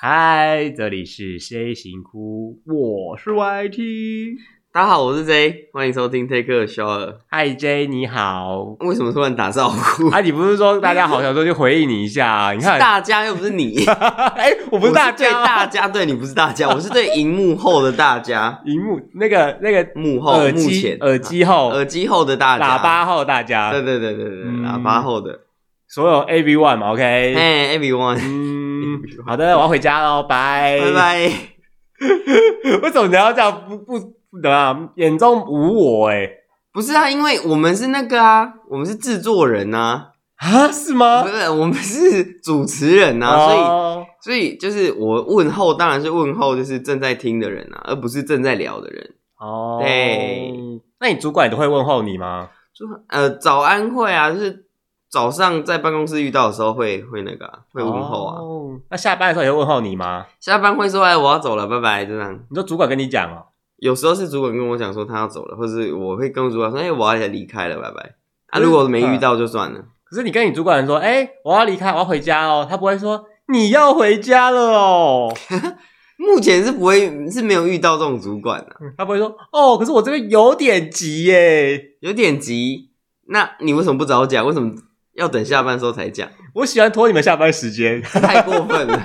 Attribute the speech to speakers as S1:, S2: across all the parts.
S1: 嗨，这里是 C 型哭，我是 YT。
S2: 大家好，我是 J，欢迎收听 Take a Shower。
S1: 嗨 J，你好。
S2: 为什么突然打招呼？
S1: 啊，你不是说大家好，想说就回应你一下、啊？你看，
S2: 大家又不是 你，
S1: 哎、我不是大
S2: 对
S1: 家啊，
S2: 大家，对你不是大家，我是对荧幕后的大家，
S1: 荧幕那个那个
S2: 幕后、
S1: 耳
S2: 幕
S1: 机
S2: 前、
S1: 耳机后、
S2: 耳机后的大家，
S1: 喇叭后大
S2: 对
S1: 家，
S2: 对对对对，
S1: 嗯
S2: 喇叭后的。
S1: 所有 A B One 嘛，OK。
S2: 哎，everyone，
S1: 嗯，好的，我要回家喽，拜
S2: 拜。拜。
S1: 为什么你要这样不不不得啊？眼中无我哎、
S2: 不是啊，因为我们是那个啊，我们是制作人呐，
S1: 啊，是吗
S2: 不？是，我们是主持人呐，所以
S1: 哦
S2: 所以就是我问候，当然是问候，就是正在听的人啊，而不是正在聊的人。
S1: 哦，
S2: 对，
S1: 那你主管都会问候你吗？
S2: 就呃早安会啊，就是早上在办公室遇到的时候会会那个啊、会问候啊，
S1: 哦。那下班的时候也会问候你吗？
S2: 下班会说哎我要走了，拜拜这样。
S1: 你说主管跟你讲哦，
S2: 有时候是主管跟我讲说他要走了，或是我会跟主管说哎我要离开了，拜拜。啊，
S1: 嗯啊
S2: 如果没遇到就算了，
S1: 可是你跟你主管说，哎、我要离开，我要回家哦，他不会说你要回家了哦，
S2: 目前是不会是没有遇到这种主管的、啊，
S1: 他不会说哦，可是我这边有点急耶，
S2: 有点急。那你为什么不早讲？为什么要等下班的时候才讲？
S1: 我喜欢拖你们下班时间。
S2: 太过分了。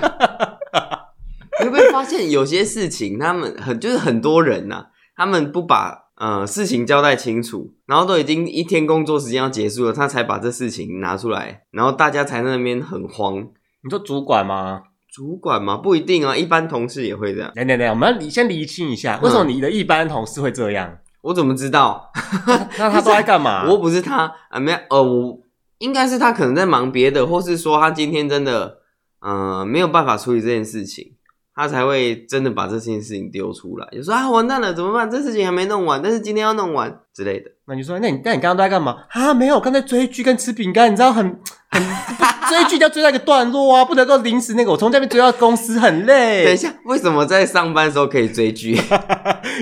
S2: 你会不会发现有些事情，他们很就是很多人呐、啊他们不把呃事情交代清楚，然后都已经一天工作时间要结束了，他才把这事情拿出来，然后大家才在那边很慌。
S1: 你说主管吗？
S2: 主管嘛，不一定啊，一般同事也会这样。
S1: 等等等，我们要理先厘清一下，为什么
S2: 嗯
S1: 你的一般同事会这样？
S2: 我怎么知道？
S1: 那他都在干嘛？
S2: 我又不是他啊，没有呃，我应该是他可能在忙别的，或是说他今天真的呃没有办法处理这件事情，他才会真的把这件事情丢出来，就说啊完蛋了怎么办？这事情还没弄完，但是今天要弄完之类的。
S1: 那你说，那你那你刚刚都在干嘛啊？没有，我刚才追剧跟吃饼干，你知道很很 追剧要追到一个段落啊，不能够临时那个。我从这边追到公司很
S2: 等一
S1: 累，
S2: 下，为什么在上班的时候可以追剧？
S1: 因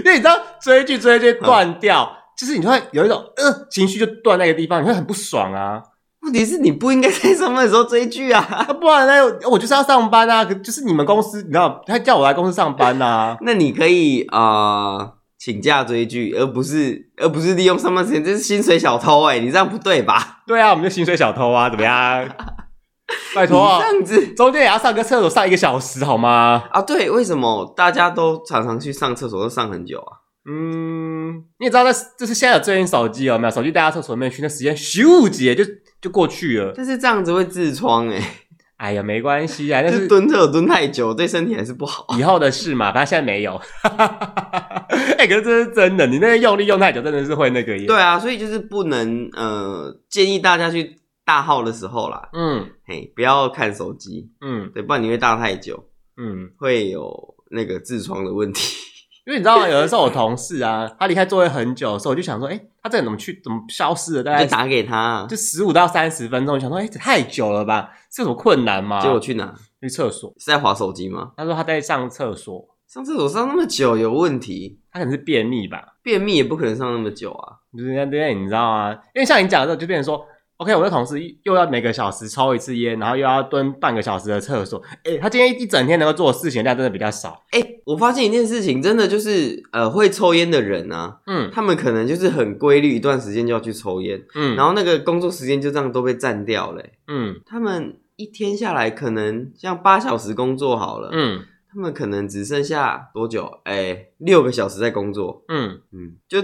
S1: 为你知道追剧追追断掉，就是你会有一种呃情绪就断那个地方，你会很不爽啊。
S2: 问题是你不应该在上班的时候追剧啊。。
S1: 啊，不然呢，我就是要上班啊，可就是你们公司，你知道他叫我来公司上班呐、啊
S2: 那你可以啊、呃请假追剧，而不是而不是利用上班时间，这是薪水小偷哎、你这样不对吧？
S1: 对啊，我们就薪水小偷啊，怎么样？拜
S2: 你
S1: 托啊
S2: 这，样子
S1: 中间也要上个厕所上一个小时好吗？
S2: 啊，对，为什么大家都常常去上厕所都上很久啊？
S1: 嗯，你也知道那是，这就是现在有智能手机有没有？手机带到厕所里面去，那时间咻姐就就过去了。
S2: 但是这样子会痔疮哎、
S1: 哎呀，没关系啊，那
S2: 就是
S1: 是
S2: 蹲厕所蹲太久对身体还是不好。
S1: 以后的事嘛，反正现在没有。哎、可是这是真的，你那个用力用太久，真的是会那个耶。
S2: 对，啊，所以就是不能呃，建议大家去大号的时候啦，
S1: 嗯
S2: 嘿，不要看手机，
S1: 嗯
S2: 对，不然你会大太久，
S1: 嗯，
S2: 会有那个痔疮的问题。
S1: 因为你知道吗？有的时候我同事啊，他离开座位很久的时候，我就想说，哎、他这个人怎么去，怎么消失了？大
S2: 就
S1: 概
S2: 打给他啊，
S1: 就十五到三十分钟，我想说，哎、这太久了吧？这有什么困难吗？
S2: 结果去哪？
S1: 去厕所，
S2: 是在划手机吗？
S1: 他说他在上厕所，
S2: 上厕所上那么久有问题，
S1: 他可能是便秘吧。
S2: 便秘也不可能上那么久啊。
S1: 就是那对你知道吗？因为像你讲的时候，就变成说，OK，我的同事又要每个小时抽一次烟，然后又要蹲半个小时的厕所。诶、他今天一整天能够做的事情量真的比较少。
S2: 哎、我发现一件事情，真的就是呃，会抽烟的人啊，
S1: 嗯
S2: 他们可能就是很规律，一段时间就要去抽烟，
S1: 嗯，
S2: 然
S1: 后
S2: 后那个工作时间就这样都被占掉了欸。
S1: 嗯
S2: 他们一天下来，可能像八小时工作好了，
S1: 嗯
S2: 他们可能只剩下多久？哎、六个小时在工作，
S1: 嗯，
S2: 嗯，就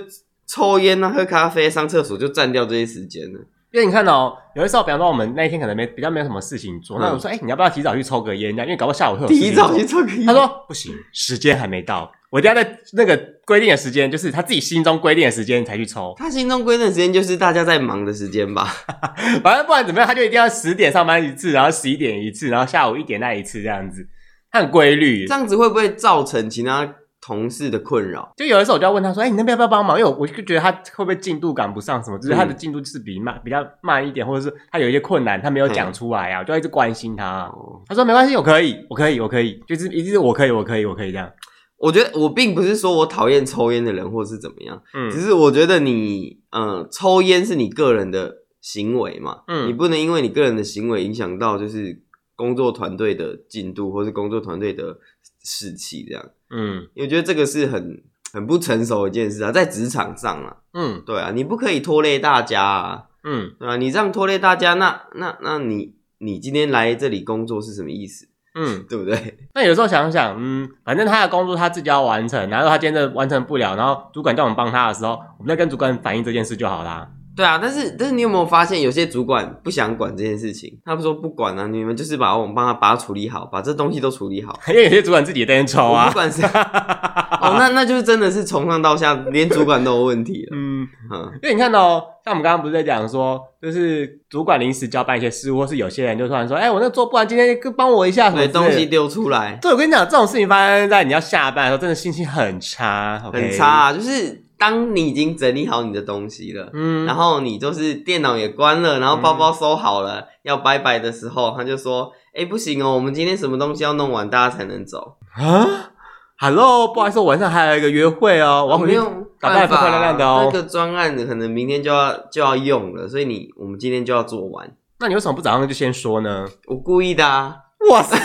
S2: 抽烟啊、喝咖啡、上厕所就占掉这些时间了。
S1: 因为你看哦，有的时候，比方说我们那一天可能没比较没有什么事情做，
S2: 嗯
S1: 那我说，诶、你要不要提早去抽个烟？这样，因为搞不好下午会有事情
S2: 提早
S1: 做
S2: 去抽个烟，
S1: 哦他说不行，时间还没到，我一定要在那个规定的时间，就是他自己心中规定的时间才去抽。
S2: 他心中规定的时间就是大家在忙的时间吧？
S1: 反正不管怎么样，他就一定要十点上班一次，然后十一点一次，然后下午一点那一次这样子，他很规律
S2: 这。样子会不会造成其他同事的困扰？
S1: 就有的时候我就要问他说：“哎、你那边要不要帮忙？”因为我我就觉得他会不会进度赶不上什么，就是他的进度是比慢比较慢一点，或者是他有一些困难他没有讲出来啊，我就要一直关心他。
S2: 哦，
S1: 他说：“没关系，我可以，我可以，我可以，就是一直我可以，我可以，我可以这样。
S2: 我觉得我并不是说我讨厌抽烟的人或是怎么样。”只
S1: 嗯
S2: 是我觉得你，嗯，抽烟是你个人的行为嘛，
S1: 嗯
S2: 你不能因为你个人的行为影响到就是工作团队的进度，或是工作团队的士气这样。
S1: 嗯
S2: 因为我觉得这个是很很不成熟的一件事啊，在职场上啊，
S1: 嗯
S2: 对啊，你不可以拖累大家啊，
S1: 嗯
S2: 对啊，你这样拖累大家，那那那你你今天来这里工作是什么意思，
S1: 嗯。
S2: 对不对？
S1: 那有时候想想，嗯，反正他的工作他自己要完成，然后他今天真的完成不了，然后主管叫我们帮他的时候，我们再跟主管反映这件事就好啦。
S2: 对啊，但是但是你有没有发现，有些主管不想管这件事情，他们说不管啊，你们就是把我们帮他把它处理好，把这东西都处理好。
S1: 因为有些主管自己也在那边抽
S2: 我
S1: 啊
S2: 不。管谁， 哦，那那就是真的是从上到下，连主管都有问题了。
S1: 嗯，
S2: 嗯，
S1: 因为你看到、像我们刚刚不是在讲说，就是主管临时交办一些事务，或是有些人就突然说，哎、我那做不完，今天帮我一下什么之
S2: 对，
S1: 类的
S2: 东西。丢出来
S1: 对，我跟你讲，这种事情发生在你要下班的时候，真的心情很差，OK
S2: 很差、啊，就是当你已经整理好你的东西了。
S1: 嗯，
S2: 然
S1: 后
S2: 后你就是电脑也关了，然后包包收好了，要拜拜的时候，他就说：“哎、不行哦，我们今天什么东西要弄完，大家才能走。
S1: 啊，Hello，不好意思，我晚上还有一个约会哦，我要回
S2: 没
S1: 去。
S2: 有
S1: 打扮得
S2: 办
S1: 漂
S2: 法，
S1: 漂亮亮的哦
S2: 那个专案可能明天就要就要用了，所以你我们今天就要做完。
S1: 那你为什么不早上就先说呢？
S2: 我故意的啊，
S1: 哇塞，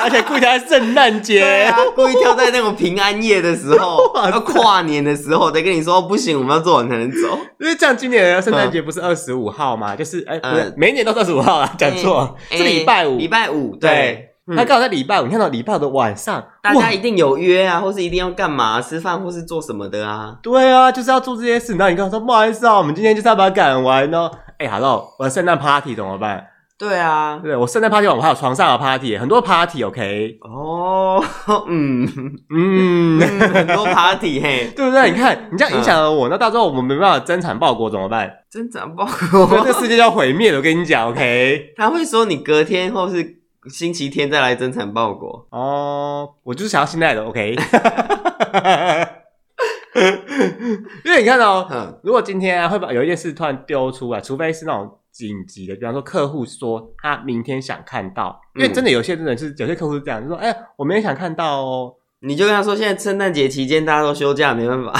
S1: 而且顾家是圣诞
S2: 对
S1: 节
S2: 啊，故意挑在那种平安夜的时候，
S1: 哇塞
S2: 要跨年的时候再跟你说、哦不行，我们要做完才能走。
S1: 因为这样今年的圣诞节不是二十五号吗？就是哎，不是
S2: 嗯，
S1: 每一年都是二十五号啦，讲错了，
S2: 哎
S1: 是礼拜五
S2: 礼。拜五
S1: 对
S2: 对。嗯
S1: 他刚好在礼拜五，你看到礼拜五的晚上，
S2: 大
S1: 哇
S2: 家一定有约啊，或是一定要干嘛、吃饭或是做什么的啊。
S1: 对啊，就是要做这些事。然后你跟我说不好意思啊，我们今天就是要把它赶完哦。哎，Hello，我的圣诞 party 怎么办？
S2: 对啊，
S1: 对我圣诞 party 完，我还有床上的 party，很多 party，OK，、
S2: 哦，嗯，
S1: 嗯，
S2: 嗯很多 party 嘿，
S1: 对不对？你看你这样影响了我，那到时候我们没办法增产报国怎么办？
S2: 真长报
S1: 所以
S2: 国。
S1: 这世界就要毁灭了，我跟你讲，OK。
S2: 他会说你隔天或是星期天再来增产报国。
S1: 哦，我就是想要现在的，OK。因为你看哦到、
S2: 嗯，
S1: 如果今天、啊、会把有一件事突然丢出来，除非是那种紧急的，比方说客户说他明天想看到，因为
S2: 嗯
S1: 真的有些真的是有些客户是这样，就说哎、我明天想看到哦，
S2: 你就跟他说，现在圣诞节期间大家都休假，没办法。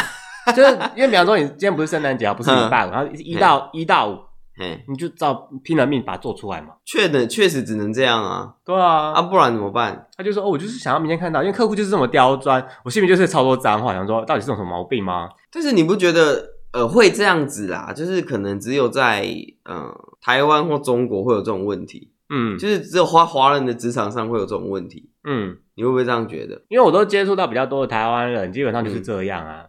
S1: 就是因为比方说你今天不是圣诞节啊，不是礼
S2: 嗯
S1: 拜五，然后一到一到五，
S2: 嘿，
S1: 你就照拼了命把它做出来嘛。
S2: 确的确实只能这样啊，
S1: 对啊，
S2: 啊，不然怎么办？
S1: 他就说、哦、我就是想要明天看到，因为客户就是这么刁钻，我心里就是超多脏话，想说到底是有什么毛病吗？
S2: 但是你不觉得呃会这样子啦？就是可能只有在呃台湾或中国会有这种问题，
S1: 嗯
S2: 就是只有华华人的职场上会有这种问题，
S1: 嗯。
S2: 你会不会这样觉得？
S1: 因为我都接触到比较多的台湾人，基本上就是这样啊。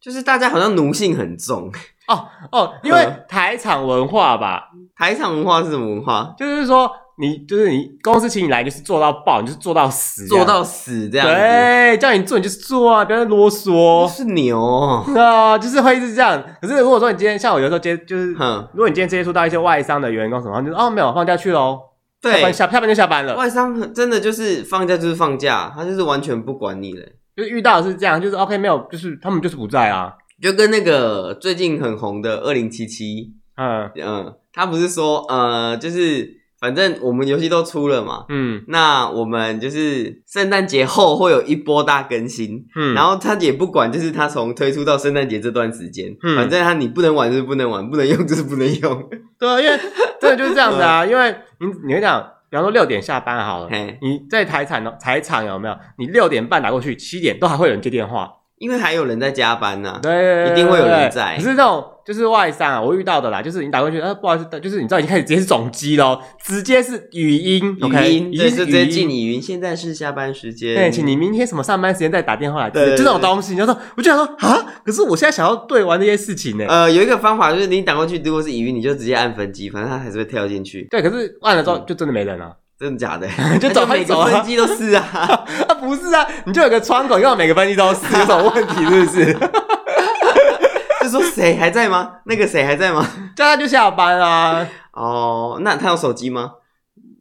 S2: 就是大家好像奴性很重，
S1: 哦，因
S2: 嗯
S1: 为台场文化吧，
S2: 台场文化是什么文化？
S1: 就是说你就是你公司请你来就是做到爆，你就是做到死这
S2: 做
S1: 样，
S2: 到死这样子，
S1: 对，叫你做你就是做啊，不要再啰
S2: 哦，
S1: 嗦
S2: 是牛哦，
S1: 啊，就是会一直这样。可是如果说你今天像我有时候接就是。
S2: 哼，
S1: 如果你今天接触到一些外商的员工什么，你就说哦没有放假去喽，下
S2: 对
S1: 班，下下班就下班了，
S2: 外商很真的就是放假就是放假，他就是完全不管你了，
S1: 就是遇到的是这样，就是 OK 没有，就是他们就是不在啊，
S2: 就跟那个最近很红的二零七七，
S1: 嗯
S2: 嗯，他不是说呃，就是反正我们游戏都出了嘛。
S1: 嗯
S2: 那我们就是圣诞节后会有一波大更新，
S1: 嗯，
S2: 然
S1: 后
S2: 后他也不管，就是他从推出到圣诞节这段时间，
S1: 嗯
S2: 反正他你不能玩就是不能玩，不能用就是不能用。
S1: 对，因为真的就是这样子啊，因为你你会讲，比方说六点下班好了，
S2: 嗯嘿，
S1: 你在台产哦，台场有没有？你六点半打过去，七点都还会有人接电话，
S2: 因为还有人在加班呢、
S1: 对对，对
S2: 一定会有人
S1: 对对
S2: 在
S1: 可是那种就是外商啊，我遇到的啦，就是你打过去，呃，不好意思，就是你知道已经开始直接是总机喽，直接是语音，OK，
S2: 语音，
S1: 已
S2: 对，
S1: 经
S2: 就是直接
S1: 语
S2: 进
S1: 音。
S2: 语音。现在是下班时间，
S1: 对，请你明天什么上班时间再打电话来，
S2: 对对
S1: 就这种
S2: 对
S1: 东西。你就说，我就想说啊，可是我现在想要对完这些事情呢。
S2: 呃，有一个方法就是你打过去，如果是语音，你就直接按分机，反正它还是会跳进去。
S1: 对，可是按了之后
S2: 嗯
S1: 就真的没人了。
S2: 真的假的？
S1: 就
S2: 那
S1: 走
S2: 每
S1: 走
S2: 个
S1: 啊
S2: 分机都是啊。
S1: 啊，不是啊，你就有个窗口，让每个班级都是有什么问题是不是？
S2: 就说谁还在吗？那个谁还在吗？
S1: 叫他就下班啊。
S2: 哦，那他有手机吗？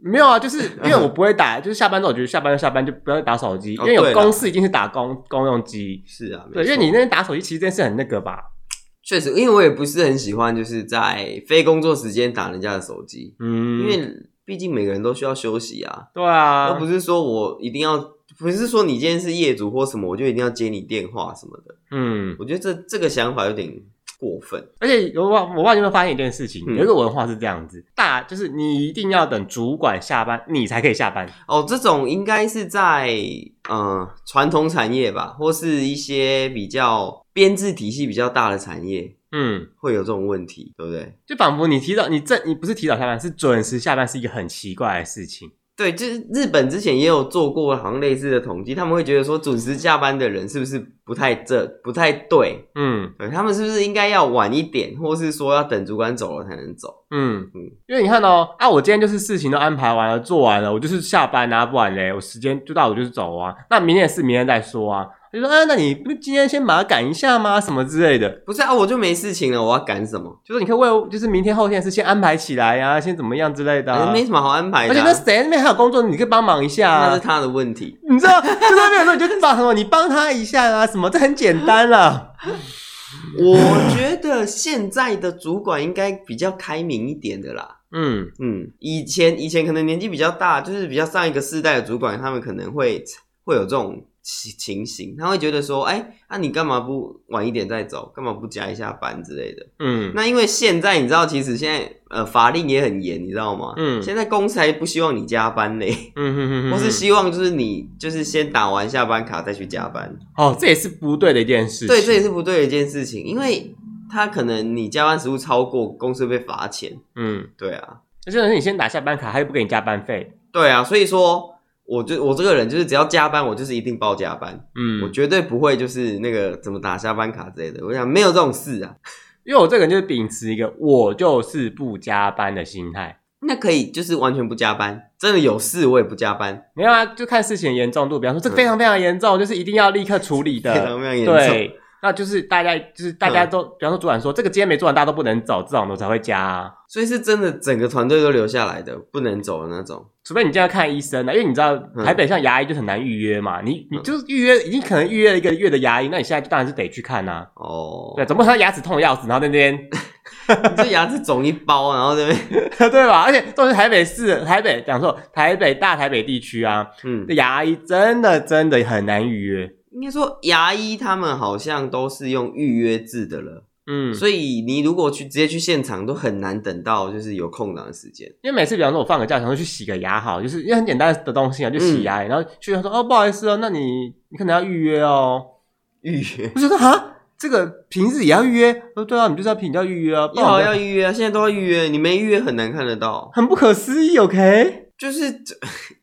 S1: 没有啊，就是因为我不会打， 就是下班之后我觉得下班就下班，就不要再打手机，
S2: 哦
S1: 因为有
S2: 对啦
S1: 公司一定是打公公用机。
S2: 是啊，
S1: 对，
S2: 没
S1: 因
S2: 错
S1: 为你那边打手机，其实这件事很那个吧。
S2: 确实，因为我也不是很喜欢就是在非工作时间打人家的手机，
S1: 嗯，
S2: 因为毕竟每个人都需要休息啊。
S1: 对啊，
S2: 又不是说我一定要，不是说你今天是业主或什么，我就一定要接你电话什么的。
S1: 嗯，
S2: 我觉得这这个想法有点过分。
S1: 而且有我我忘记有没有发现一件事情，
S2: 嗯
S1: 有一个文化是这样子，大就是你一定要等主管下班，你才可以下班。
S2: 哦，这种应该是在呃传统产业吧，或是一些比较编制体系比较大的产业
S1: 嗯，
S2: 会有这种问题，对不对？
S1: 就仿佛你提早，你正你不是提早下班，是准时下班，是一个很奇怪的事情。
S2: 对，就是日本之前也有做过好像类似的统计，他们会觉得说准时下班的人是不是不太这不太对，
S1: 嗯
S2: 对他们是不是应该要晚一点，或是说要等主管走了才能走？
S1: 嗯
S2: 嗯
S1: 因为你看哦，啊，我今天就是事情都安排完了，做完了，我就是下班啊，不然嘞，我时间就到，我就是走啊。那明天的事明天再说啊。他就说，啊，那你不今天先把它赶一下吗？什么之类的，
S2: 不是啊，我就没事情了，我要赶什么？
S1: 就是你可以为就是明天后天的事先安排起来呀、先怎么样之类的、啊
S2: 没。什么好安排
S1: 而
S2: 的
S1: 且
S2: 啊、
S1: 那谁那边还有工作，你可以帮忙一下、
S2: 那
S1: 啊
S2: 是。他的问题。
S1: 你知道， 就在那边的时候，你就把什么，你帮他一下啊，什么，这很简单啦、嗯
S2: 我觉得现在的主管应该比较开明一点的啦。
S1: 嗯，
S2: 嗯，以前以前可能年纪比较大，就是比较上一个世代的主管，他们可能会会有这种情情形，他会觉得说，哎、那、你干嘛不晚一点再走？干嘛不加一下班之类的？
S1: 嗯，
S2: 那因为现在你知道，其实现在呃法令也很严，你知道吗？
S1: 嗯
S2: 现在公司还不希望你加班嘞，
S1: 嗯哼哼哼
S2: 或是
S1: 哼
S2: 希望就是你就是先打完下班卡再去加班。
S1: 哦，这也是不对的一件事情。
S2: 对，这也是不对的一件事情，因为他可能你加班时数超过，公司会被罚钱。
S1: 嗯，
S2: 对啊，
S1: 而且你先打下班卡，他又不给你加班费。
S2: 对啊，所以说，我就我这个人就是只要加班，我就是一定报加班，
S1: 嗯
S2: 我，绝对不会就是那个怎么打下班卡之类的。我想没有这种事啊，
S1: 因为我这个人就是秉持一个我就是不加班的心态。
S2: 那可以就是完全不加班，真的有事我也不加班，
S1: 没有啊，就看事情的严重度。比方说，这个
S2: 嗯
S1: 非常非常严重，就是一定要立刻处理
S2: 非
S1: 的。
S2: 常非常严重。嗯
S1: 对，那就是大家就是大家都，比方说主管说这个今天没做完，大家都不能走，这种的才会加、啊。
S2: 所以是真的整个团队都留下来的，不能走的那种。
S1: 除非你今天要看医生啊，因为你知道
S2: 嗯
S1: 台北像牙医就很难预约嘛，你你就是预约已经可能预约了一个月的牙医，那你现在就当然是得去看呐、啊。
S2: 哦，
S1: 对，总不能他牙齿痛的要死，然后在那边
S2: 你这牙齿肿一包，然后这边，
S1: 对吧？而且都是台北市、台北讲错，台北大台北地区啊，
S2: 嗯，
S1: 这牙医真的真的很难预约。
S2: 应该说牙医他们好像都是用预约制的了，
S1: 嗯，
S2: 所以你如果去直接去现场，都很难等到就是有空档的时间。
S1: 因为每次比方说我放个假，想说去洗个牙好，就是因为很简单的东西啊，就洗
S2: 嗯
S1: 牙，然后去他说哦不好意思哦，那你你可能要预约哦。
S2: 预约
S1: 我就说哈，这个平日也要预约？哦对啊，你就是要平日要预约啊，不然我们
S2: 要要 预约啊，现在都要预约，你没预约很难看得到。
S1: 很不可思议，OK？
S2: 就是 这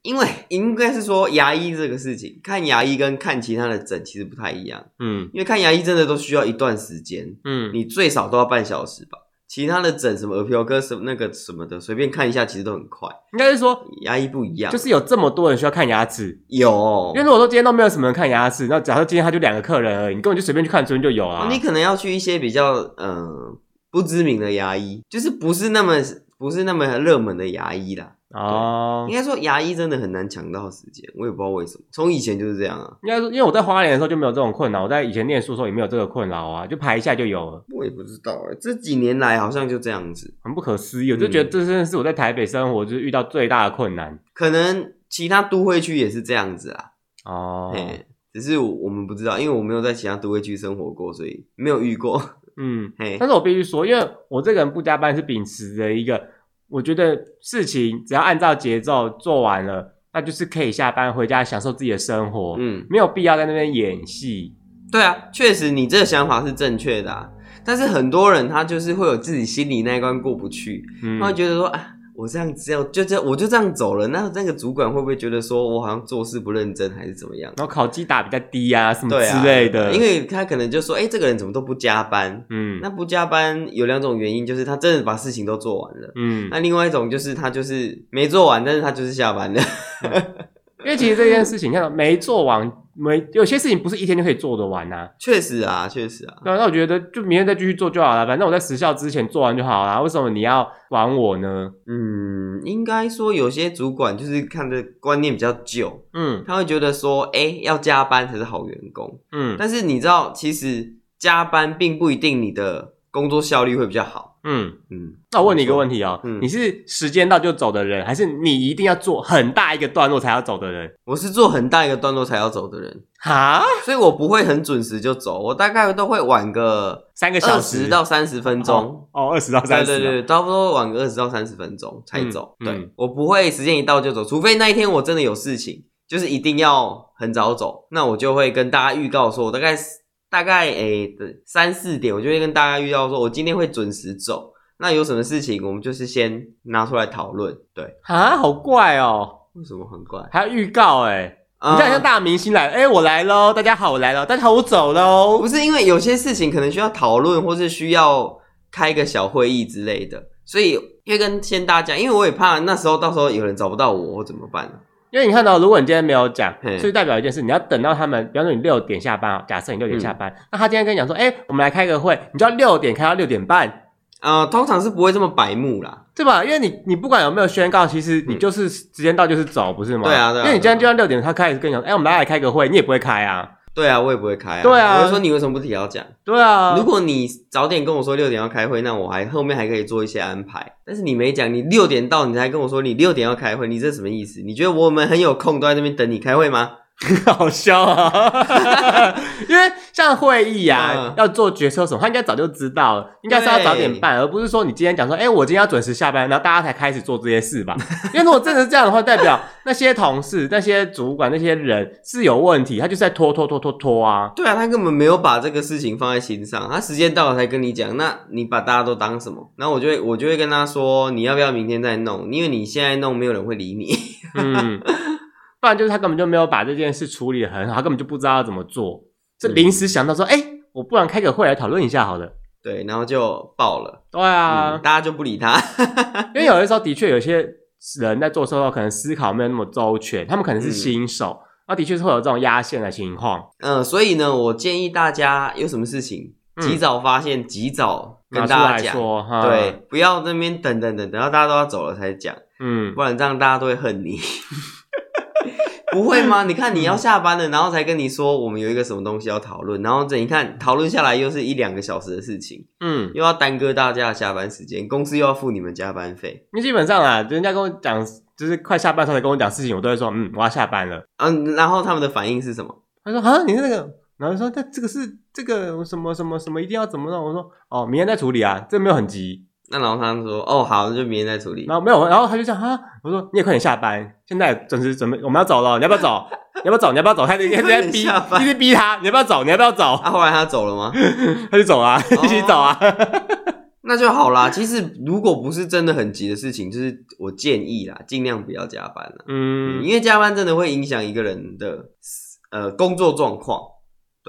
S2: 因为应该是说牙医这个事情，看牙医跟看其他的诊其实不太一样，
S1: 嗯
S2: 因为看牙医真的都需要一段时间，
S1: 嗯
S2: 你最少都要半小时吧。其他的诊什么耳鼻喉科什么那个什么的，随便看一下其实都很快。
S1: 应该是说
S2: 牙医不一样，
S1: 就是有这么多人需要看牙齿。
S2: 有，
S1: 因为如果说今天都没有什么人看牙齿，那假设今天他就两个客人而已，你根本就随便去看尊就有啊。
S2: 你可能要去一些比较呃不知名的牙医，就是不是那么不是那么热门的牙医啦。
S1: 哦
S2: 应，该说牙医真的很难抢到时间，我也不知道为什么，从以前就是这样啊，
S1: 应该说，因为我在花莲的时候就没有这种困扰，我在以前念书的时候也没有这个困扰啊，就排一下就有了，
S2: 我也不知道哎、这几年来好像就这样子，
S1: 很不可思议。我就觉得这真的是我在台北生活就是遇到最大的困难
S2: 可能其他都会区也是这样子啊，
S1: 哦。
S2: 嘿，只是我我们不知道，因为我没有在其他都会区生活过，所以没有遇过，
S1: 嗯，
S2: 嘿，
S1: 但是我必须说，因为我这个人不加班是秉持着一个，我觉得事情只要按照节奏做完了，那就是可以下班回家享受自己的生活，
S2: 嗯，
S1: 没有必要在那边演戏。
S2: 对啊，确实你这个想法是正确的、啊，但是很多人他就是会有自己心里那一关过不去，
S1: 嗯
S2: 他会觉得说啊，我这样子要就这样我就这样走了，那那个主管会不会觉得说我好像做事不认真还是怎么样？
S1: 然后考绩打比较低啊，什么
S2: 对啊
S1: 之类的，
S2: 因为他可能就说，哎、这个人怎么都不加班？
S1: 嗯
S2: 那不加班有两种原因，就是他真的把事情都做完了。
S1: 嗯，
S2: 那另外一种就是他就是没做完，但是他就是下班了。
S1: 因为其实这件事情，你看到没做完，没有些事情不是一天就可以做得完呐、啊。
S2: 确实啊，确实啊，
S1: 对啊，那我觉得就明天再继续做就好了，反正我在时效之前做完就好了。啊为什么你要管我呢？
S2: 嗯，应该说有些主管就是看的观念比较旧，
S1: 嗯
S2: 他会觉得说，哎、要加班才是好员工。
S1: 嗯
S2: 但是你知道，其实加班并不一定你的工作效率会比较好，
S1: 嗯，
S2: 嗯，
S1: 那我问你一个问题哦，
S2: 嗯
S1: 你是时间到就走的人，还是你一定要做很大一个段落才要走的人？
S2: 我是做很大一个段落才要走的人，
S1: 哈，
S2: 所以我不会很准时就走，我大概都会晚个
S1: 三个小
S2: 二
S1: 时
S2: 十到三十分钟。
S1: 哦，二十到
S2: 对
S1: 三十，
S2: 对对，差不多晚个二十到三十分钟才走。
S1: 嗯
S2: 对、
S1: 嗯
S2: 我不会时间一到就走，除非那一天我真的有事情，就是一定要很早走，那我就会跟大家预告说，我大概大概诶三四点，我就会跟大家预告说哦我今天会准时走。那有什么事情，我们就是先拿出来讨论。对，
S1: 啊，好怪哦，
S2: 为什么很怪？
S1: 还要预告哎、
S2: 啊
S1: 你这样像大明星来，哎、我来喽，大家好，我来喽，大家好，我走喽
S2: 不。是因为有些事情可能需要讨论，或是需要开个小会议之类的，所以会跟先大家，因为我也怕那时候到时候有人找不到我，我怎么办呢、
S1: 因为你看到、如果你今天没有讲，
S2: 嘿
S1: 所以代表一件事，你要等到他们，比方说你六点下班哦，假设你六点下班，
S2: 嗯
S1: 那他今天跟你讲说，哎、我们来开个会，你就要六点开到六点半，
S2: 呃，通常是不会这么白目啦。
S1: 对吧？因为你你不管有没有宣告，其实你就是时间到就是走，不是吗？
S2: 嗯对啊对啊
S1: 因为你今天就算六点，他开始跟你讲，哎、我们来来开个会，你也不会开 啊，
S2: 对啊，我也不会开啊。
S1: 对啊
S2: 我就说你为什么不提早讲？
S1: 对啊。
S2: 如果你早点跟我说六点要开会，那我还后面还可以做一些安排。但是你没讲，你六点到你才跟我说你六点要开会，你这什么意思？你觉得我们很有空都在那边等你开会吗？
S1: 好笑啊！ 因为像会议啊，
S2: 嗯
S1: 要做决策什么，他应该早就知道了，应该是要
S2: 对
S1: 早点办，而不是说你今天讲说，哎、我今天要准时下班，然后大家才开始做这些事 吧。因为如果真的是这样的话，代表那些同事、那些主管、那些人是有问题，他就是在拖拖拖拖拖啊。
S2: 对啊，他根本没有把这个事情放在心上，他时间到了才跟你讲，那你把大家都当什么？然后我就会我就会跟他说，你要不要明天再弄？因为你现在弄，没有人会理你。
S1: 嗯， 不然就是他根本就没有把这件事处理的很好，他根本就不知道要怎么做，是临时想到说，哎、我不然开个会来讨论一下好了。
S2: 对，然后就爆了，
S1: 对啊，
S2: 嗯，大家就不理他。嗯
S1: 因为有的时候的确有些人在做的时候，可能思考没有那么周全，他们可能是
S2: 嗯
S1: 新手，那、的确是会有这种压线的情况。
S2: 嗯，所以呢，我建议大家有什么事情
S1: 嗯
S2: 及早发现，及早跟
S1: 拿出
S2: 大
S1: 来
S2: 家讲，
S1: 说，啊哈，
S2: 对，，不要那边等等等等到大家都要走了才讲，
S1: 嗯，
S2: 不然这样大家都会恨你。 不会吗？你看你要下班了，然后才跟你说我们有一个什么东西要讨论，然后这你看讨论下来又是一两个小时的事情，
S1: 嗯，
S2: 又要耽搁大家的下班时间，公司又要付你们加班费。
S1: 因为基本上啊，人家跟我讲，就是快下班的时候才跟我讲事情，我都会说，嗯，我要下班了。
S2: 嗯，然后他们的反应是什么？
S1: 他说，啊，你是那个，然后说，这这个是这个什么什么什么，一定要怎么弄？我说，哦，明天再处理啊，这没有很急。
S2: 那然后他们说哦好，那就明天再处理。
S1: 然后没有，然后他就这样啊，我说你也快点下班，现在准时准备，我们要走了，你要不要走？你要不要走？你要不要走？他就一直在逼，
S2: 你快点下班
S1: 一直逼他，你要不要走？你要不要走？
S2: 啊，后来他走了吗？
S1: 他就走啊，
S2: 哦
S1: 一起走啊。
S2: 那就好啦。其实如果不是真的很急的事情，就是我建议啦，尽量不要加班啦，嗯、
S1: 嗯
S2: 因为加班真的会影响一个人的呃工作状况。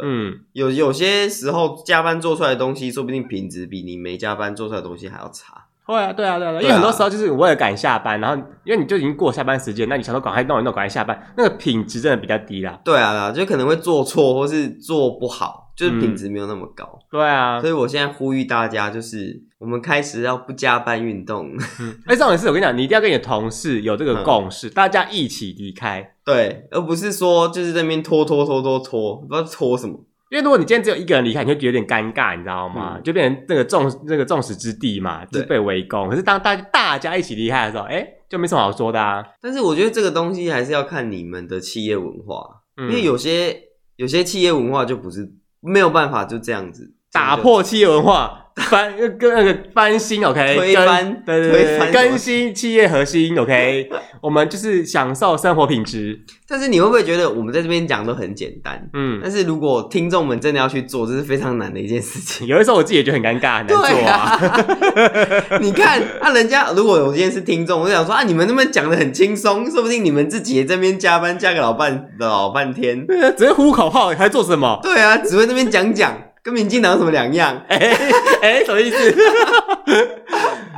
S1: 嗯，
S2: 有有些时候加班做出来的东西，说不定品质比你没加班做出来的东西还要差。
S1: 会啊，对啊，对啊，对啊因
S2: 对
S1: 为
S2: 啊
S1: 很多时候就是我也赶下班，然后因为你就已经过下班时间，那你想说赶快弄一弄，赶快下班，那个品质真的比较低啦。
S2: 对啊，对啊就可能会做错或是做不好，就是
S1: 嗯
S2: 品质没有那么高。
S1: 对啊，
S2: 所以我现在呼吁大家，就是我们开始要不加班运动。
S1: 而且这种事我跟你讲，你一定要跟你的同事有这
S2: 嗯
S1: 个共识，大家一起离开。
S2: 对，而不是说就是在那边拖拖拖拖拖，不知道拖什么。
S1: 因为如果你今天只有一个人离开，你会觉得有点尴尬，你知道吗？
S2: 嗯
S1: 就变成那个众那个众矢之的嘛，就是
S2: 对
S1: 被围攻。可是当大大家一起离开的时候，哎，就没什么好说的啊。
S2: 但是我觉得这个东西还是要看你们的企业文化，
S1: 嗯
S2: 因为有些有些企业文化就不是没有办法就这样子
S1: 打
S2: 这样
S1: 破企业文化，翻跟那个翻新，OK，
S2: 推翻
S1: 跟对对
S2: 推
S1: 对，
S2: 翻
S1: 更新企业核心，OK，我 们就是享受生活品质，
S2: 就。但是你会不会觉得我们在这边讲都很简单？
S1: 嗯，
S2: 但是如果听众们真的要去做，这是非常难的一件事情。
S1: 有的时候我自己也觉得很尴尬，很难
S2: 对
S1: 做啊，
S2: 啊，你看，啊，人家如果我今天是听众，我就想说啊，你们那么讲的很轻松，说不定你们自己也在那边加班加个老半老半天。
S1: 啊 只是呼口号还做什么？
S2: 对啊，只会那边讲讲，跟民进党有什么两样？
S1: 哎哎，什么意思？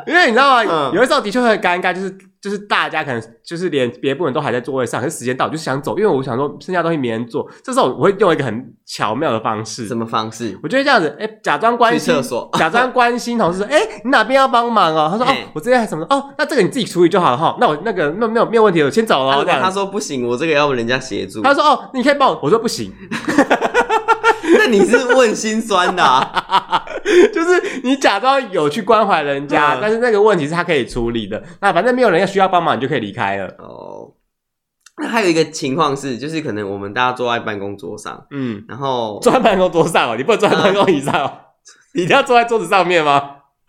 S1: 因为你知道吗？
S2: 嗯
S1: 有的时候的确会很尴尬，就是就是大家可能就是连别部门都还在座位上，可是时间到我就想走，因为我想说剩下东西没人做，这时候我会用一个很巧妙的方式
S2: 什，么方式？
S1: 我就会这样子，哎、假装关
S2: 去
S1: 心
S2: 厕所。
S1: 假装关心同事说：“哎、你哪边要帮忙哦？”他说：“哦
S2: 嘿，
S1: 我这边还什么哦，那这个你自己处理就好了哈。那我那个那没有没有问题，我先走
S2: 啊
S1: 了。”
S2: 如
S1: 这
S2: 果他
S1: 样，
S2: 说不行，我这个要不人家协助。
S1: 他说：“哦， 你可以帮我。”我说：“不行。
S2: 那你是问心酸的、啊，
S1: 就是你假装有去关怀人家，
S2: 嗯
S1: 但是那个问题是他可以处理的。那反正没有人要需要帮忙，你就可以离开了。
S2: 哦，那还有一个情况是，就是可能我们大家坐在办公桌上，
S1: 嗯，
S2: 然后
S1: 坐在办公桌上哦，你不能坐在办公椅上哦， 你一定要坐在桌子上面吗？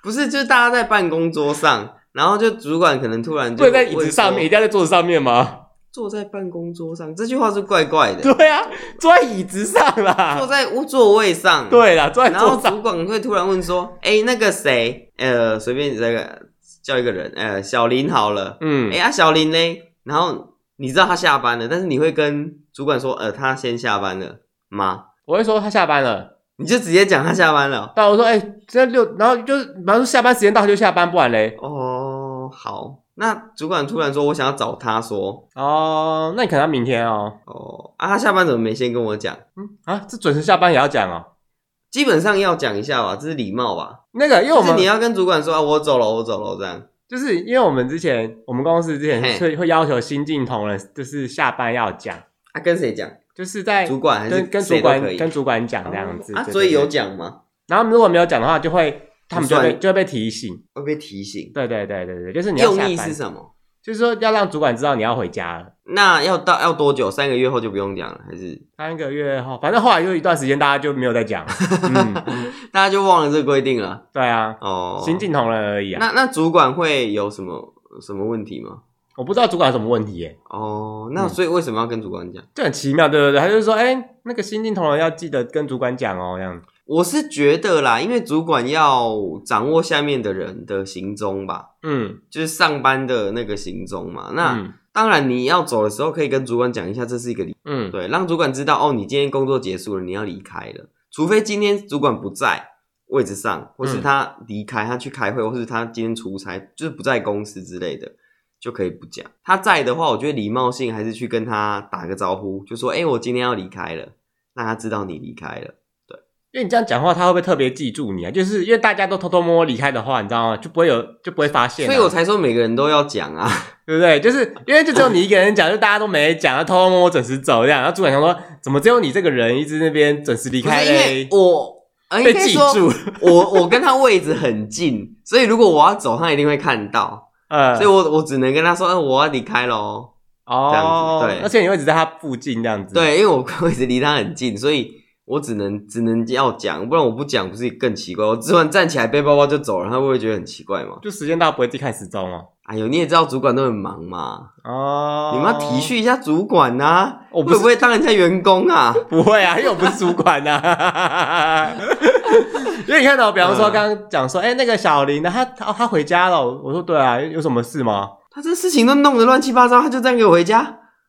S2: 不是就是大家在办公桌上，然后就主管可能突然就
S1: 不能在椅
S2: 会
S1: 子
S2: 说
S1: 上面，一定要在桌子上面吗？
S2: 坐在办公桌上，这句话是怪怪的。
S1: 对啊，坐在椅子上
S2: 坐
S1: 啦。
S2: 在屋座位上，，
S1: 对啦，坐在
S2: 然后
S1: 桌上。
S2: 主管会突然问说：“哎、那个谁，呃，随便这个叫一个人，呃，小林好了，
S1: 嗯
S2: 哎、，呀、小林呢？”然后你知道他下班了，但是你会跟主管说：“呃，他先下班了吗
S1: 我会说他下班了。？”
S2: 你就直接讲他下班了。
S1: 但我说，哎、这六，然后就是，比方说下班时间到他就下班，不然嘞。
S2: 哦，好，那主管突然说：“我想要找他说。
S1: 哦，那你可能要明天哦。”
S2: 哦，啊，他下班怎么没先跟我讲？
S1: 嗯啊，这准时下班也要讲哦。
S2: 基本上要讲一下吧，这是礼貌吧？
S1: 那个，因为我
S2: 就是
S1: 们
S2: 你要跟主管说啊，我走了，我走了这样。
S1: 就是因为我们之前，我们公司之前
S2: 嘿
S1: 会会要求新进同仁，就是下班要讲，
S2: 啊，跟谁讲？
S1: 就是在
S2: 主管还是
S1: 哎跟跟主
S2: 谁都可
S1: 管
S2: 以
S1: 跟主管讲这样子
S2: 啊，
S1: 对
S2: 所以
S1: 对
S2: 有
S1: 对
S2: 讲吗？
S1: 然后如果没有讲的话，就会他们就会
S2: 不
S1: 被
S2: 算
S1: 就会被提醒。
S2: 会被提醒。
S1: 对对对对对，就是你要下
S2: 用意
S1: 班
S2: 是，什么？
S1: 就是说要让主管知道你要回家了。
S2: 那要到要多久？三个月后就不用讲了，还是
S1: 三个月后，反正后来又一段时间，大家就没有再讲了。嗯，
S2: 大家就忘了这个规定了？
S1: 对啊，
S2: 哦，
S1: 新进同仁而已啊。
S2: 那那主管会有什么什么问题吗？
S1: 我不知道主管有什么问题耶、
S2: 哦，那
S1: 嗯
S2: 所以为什么要跟主管讲？
S1: 就很奇妙，对不对？他就说，哎、那个新进同仁要记得跟主管讲哦，这样。
S2: 我是觉得啦，因为主管要掌握下面的人的行踪吧，
S1: 嗯，
S2: 就是上班的那个行踪嘛。那、
S1: 嗯
S2: 当然你要走的时候，可以跟主管讲一下，这是一个礼
S1: 嗯，
S2: 对，让主管知道哦，你今天工作结束了，你要离开了。除非今天主管不在位置上，或是
S1: 嗯
S2: 他离开，他去开会，或是他今天出差，就是不在公司之类的，就可以不讲。他在的话，我觉得礼貌性还是去跟他打个招呼，就说：“哎、我今天要离开了。”让他知道你离开了。
S1: 因为你这样讲话，他会不会特别记住你啊？就是因为大家都偷偷摸摸离开的话，你知道吗？就不会有就不会发现、啊，
S2: 所以我才说每个人都要讲啊。
S1: 对不对？就是因为就只有你一个人讲，就大家都没讲，偷偷摸摸准时走这样。然后主管想说，怎么只有你这个人一直那边准时离
S2: 不
S1: 开
S2: 是因为
S1: 嘞？
S2: 我，呃，应
S1: 被
S2: 该
S1: 记
S2: 说
S1: 住，
S2: 我我跟他位置很近，所以如果我要走，他一定会看到。
S1: 呃，
S2: 所以我我只能跟他说：“哎、我要离开喽。”这
S1: 哦，
S2: 样子对
S1: 而且你会一直在他附近这样子，，
S2: 对，因为我位置离他很近，所以我只能只能要讲，不然我不讲不是更奇怪？我只管站起来背包包就走了，他会不会觉得很奇怪嘛？
S1: 就时间到不会自己看时钟哦。
S2: 哎呦，你也知道主管都很忙嘛，
S1: 哦，
S2: 你们要体恤一下主管呐、啊，
S1: 我不
S2: 会
S1: 是
S2: 不会当人家员工啊？
S1: 不会啊，因为我不是主管呐、 啊。因为你看到，比方
S2: 嗯
S1: 说刚刚讲说，哎、那个小林呢，他他他回家了。我说对啊，有什么事吗？
S2: 他这事情都弄得乱七八糟，他就这样给我回家，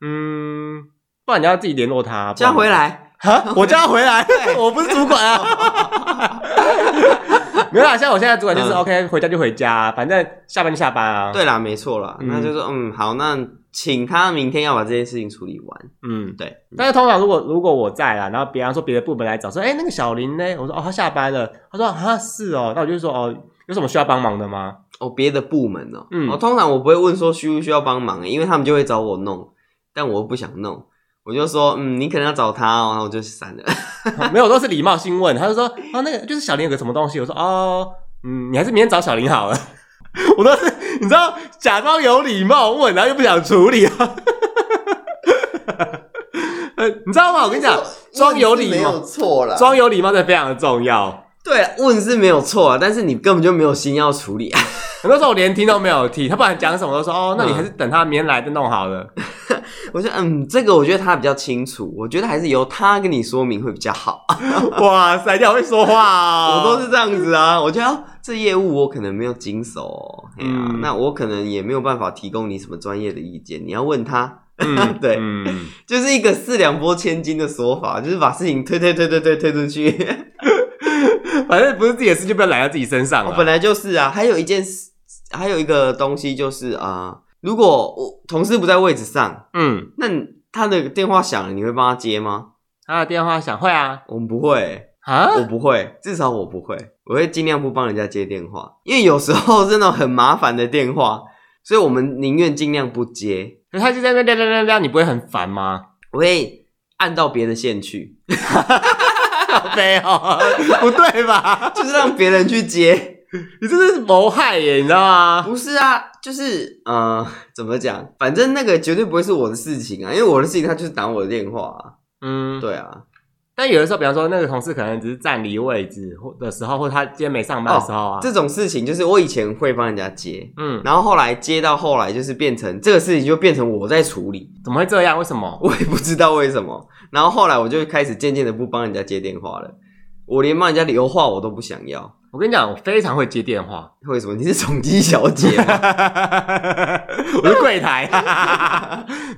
S1: 嗯，不然你要自己联络他，
S2: 叫他回
S1: 不然
S2: 来。
S1: 哈，我叫他回来
S2: 对，
S1: 我不是主管啊。 没有啦，像我现在主管就是、
S2: 嗯
S1: OK，回家就回家，反正下班就下班啊。，
S2: 对啦，没错啦，
S1: 嗯
S2: 那就说嗯好，那请他明天要把这件事情处理完。
S1: 嗯。
S2: 对，
S1: 但是通常如果如果我在啦，然后比方说别的部门来找说，哎、那个小林呢？我说哦，他下班了。他说啊，是哦。那我就说哦，有什么需要帮忙的吗？
S2: 哦，别的部门哦，
S1: 嗯
S2: 哦，通常我不会问说需不需要帮忙，因为他们就会找我弄，但我又不想弄，我就说，嗯，你可能要找他哦，然后我就删了。
S1: 没有，都是礼貌性问。他就说啊，那个就是小林有个什么东西，我说哦，嗯，你还是明天找小林好了。 我都是你知道，假装有礼貌问，然后又不想处理啊。 呃，你知道吗？我跟你讲， 装有哦礼貌，
S2: 错了
S1: 装有礼貌真的非常的重要。
S2: 对，问是没有错啊，但是你根本就没有心要处理啊。
S1: 很多时候我连听都没有听，他不管讲什么都说
S2: 嗯
S1: 哦，那你还是等他明天来再弄好了。
S2: 我说，嗯，这个我觉得他比较清楚，我觉得还是由他跟你说明会比较好。
S1: 哇塞，你好会说话哦！
S2: 我都是这样子啊，我觉得、哦这业务我可能没有经手、哦，哎呀、
S1: 嗯
S2: 那我可能也没有办法提供你什么专业的意见，你要问他。
S1: 嗯
S2: 对
S1: 嗯
S2: 就是一个四两拨千斤的说法，就是把事情推推推推推推出去。
S1: 反正不是自己的事就不要揽到自己身上
S2: 我
S1: 了。
S2: 本来就是啊，还有一件事，还有一个东西就是啊、呃如果我同事不在位置上，
S1: 嗯，
S2: 那你他的电话响了，你会帮他接吗？
S1: 他的电话响，会啊
S2: 我们不会，
S1: 啊，
S2: 我不会，至少我不会，我会尽量不帮人家接电话，因为有时候真的很麻烦的电话，所以我们宁愿尽量不接，
S1: 可是他就在那边亮亮亮亮，你不会很烦吗？
S2: 我会按到别的线去。
S1: 靠背哦， 不对吧？
S2: 就是让别人去接。
S1: 你这是谋害耶，你知道吗？
S2: 不是啊，就是呃，怎么讲？反正那个绝对不会是我的事情啊，因为我的事情他就是打我的电话、啊。
S1: 嗯，
S2: 对啊，
S1: 但有的时候，比方说那个同事可能只是占离位置或的时候，或他今天没上班的时候啊，
S2: 哦这种事情就是我以前会帮人家接，
S1: 嗯，
S2: 然后后来接到后来就是变成这个事情就变成我在处理，
S1: 怎么会这样？为什么？
S2: 我也不知道为什么。然后后来我就开始渐渐的不帮人家接电话了，我连帮人家留话我都不想要。
S1: 我跟你讲，我非常会接电话，
S2: 为什么？你是宠姬小姐啊吗？
S1: 我是柜台，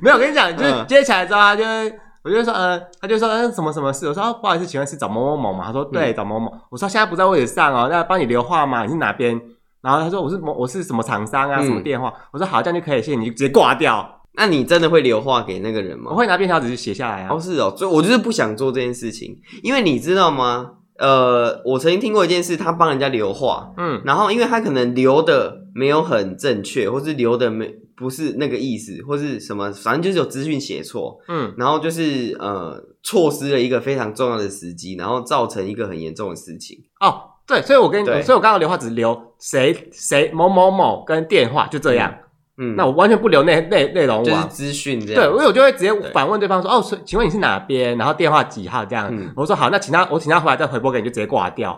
S1: 没有。我跟你讲，就是
S2: 嗯
S1: 接起来之后，他就会我就说，呃，他就说，嗯、什么什么事？我说、啊不好意思，请问是找某某某吗？他
S2: 嗯
S1: 说对，找某某。我说现在不在位置上哦，那帮你留话吗？你是哪边？然后他说我是某我是什么厂商啊，
S2: 嗯
S1: 什么电话？我说好，这样就可以，谢谢你，就直接挂掉。
S2: 那你真的会留话给那个人吗？
S1: 我会拿便条纸去写下来啊。
S2: 哦，是哦，所以我就是不想做这件事情，因为你知道吗？呃，我曾经听过一件事，他帮人家留话，
S1: 嗯
S2: 然后因为他可能留的没有很正确，或是留的没不是那个意思，或是什么，反正就是有资讯写错，
S1: 嗯
S2: 然后就是呃错失了一个非常重要的时机，然后造成一个很严重的事情。
S1: 哦，对，所以我跟你，
S2: 对
S1: 所以我刚刚留话只留谁谁某某某跟电话，就这样。
S2: 嗯，
S1: 那我完全不留内内内容
S2: 就是
S1: 网。
S2: 资讯这
S1: 对，
S2: 样。
S1: 因为我就会直接
S2: 对
S1: 反问对方说：“哦，所以请问你是哪边？然后电话几号？”这样，
S2: 嗯
S1: 我说好，那请他，我请他回来再回拨给你，就直接挂掉。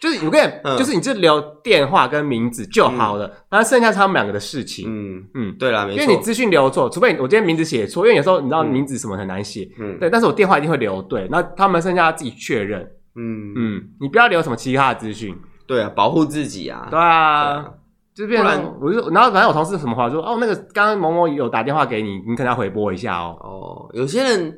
S1: 就是我跟你，讲，
S2: 嗯
S1: 就是你就留电话跟名字就好了，然后剩下是他们两个的事情。
S2: 嗯，
S1: 嗯，
S2: 对啦，没
S1: 因为你
S2: 错。
S1: 资讯留错，除非你我今天名字写错，因为有时候你知道
S2: 嗯
S1: 名字什么很难写，
S2: 嗯
S1: 对，但是我电话一定会留对，那他们剩下自己确认。
S2: 嗯嗯，
S1: 嗯，你不要留什么其他的资讯。
S2: 对啊，保护自己啊。
S1: 对啊
S2: 对。啊
S1: 就变
S2: 不
S1: 成
S2: 然
S1: 我就然后反正我同事什么话说哦，那个刚刚某某有打电话给你，你可能要回拨一下哦。
S2: 哦，有些人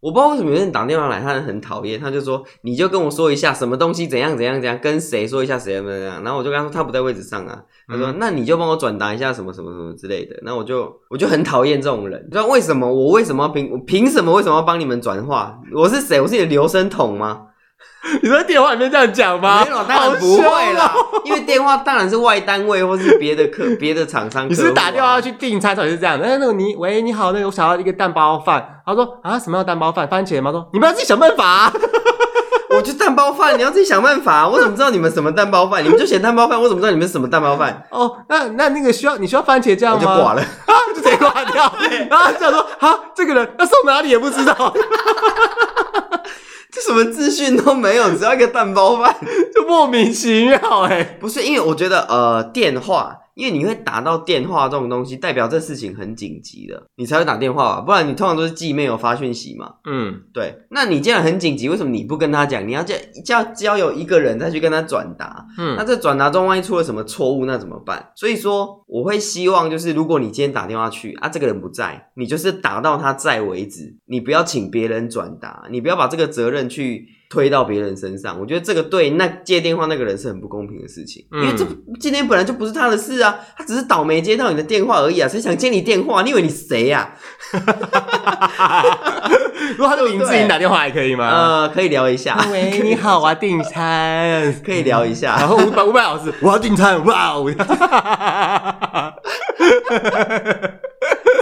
S2: 我不知道为什么有些人打电话来，他很讨厌，他就说你就跟我说一下什么东西怎样怎样怎样，跟谁说一下谁怎么怎样。然后我就跟他说他不在位置上啊，他说、
S1: 嗯
S2: 那你就帮我转达一下什么什么什么之类的。那我就我就很讨厌这种人，不知道为什么我为什么要凭我凭什么为什么要帮你们转话？我是谁？我是你的留声筒吗？
S1: 你在电话里面这样讲吗？
S2: 没有，
S1: 啊好
S2: 当然不会
S1: 凶
S2: 啦
S1: 哦。，
S2: 因为电话当然是外单位或是别的客 别的厂商客户啊、
S1: 你是不是打电话去订餐，到底是这样的？哎，那个你喂，你好，那个我想要一个蛋包饭。他说啊，什么样的蛋包饭？番茄吗？他说你们要自己想办法、啊。
S2: 我就蛋包饭，你要自己想办法。 我怎么知道你们什么蛋包饭？你们就写蛋包饭，我怎么知道你们是什么蛋 包饭？
S1: 哦，那那那个需要你需要番茄
S2: 我
S1: 酱
S2: 就
S1: 吗？
S2: 挂了。
S1: 啊，就直接挂掉。 然后就想说啊，这个人要送哪里也不知道，
S2: 这什么资讯都没有，只要一个蛋包饭。
S1: 就莫名其妙哎、
S2: 不是，因为我觉得呃，电话，因为你会打到电话这种东西，代表这事情很紧急的，你才会打电话吧？不然你通常都是寄 mail 发讯息嘛。
S1: 嗯，
S2: 对，那你既然很紧急，为什么你不跟他讲？你要叫叫交由一个人再去跟他转达。
S1: 嗯
S2: 那这转达中万一出了什么错误，那怎么办？所以说，我会希望就是，如果你今天打电话去啊，这个人不在，你就是打到他在为止，你不要请别人转达，你不要把这个责任去推到别人身上。我觉得这个对那接电话那个人是很不公平的事情，
S1: 嗯
S2: 因为这不今天本来就不是他的事啊，他只是倒霉接到你的电话而已啊，谁想接你电话？你以为你谁啊呀、
S1: 如果他是林志颖打电话还可以吗？啊
S2: 呃，可以聊一下，
S1: 喂，你好，我要订餐。
S2: 可以聊一下。
S1: 然后五百五百老师，我要订餐，哇哦！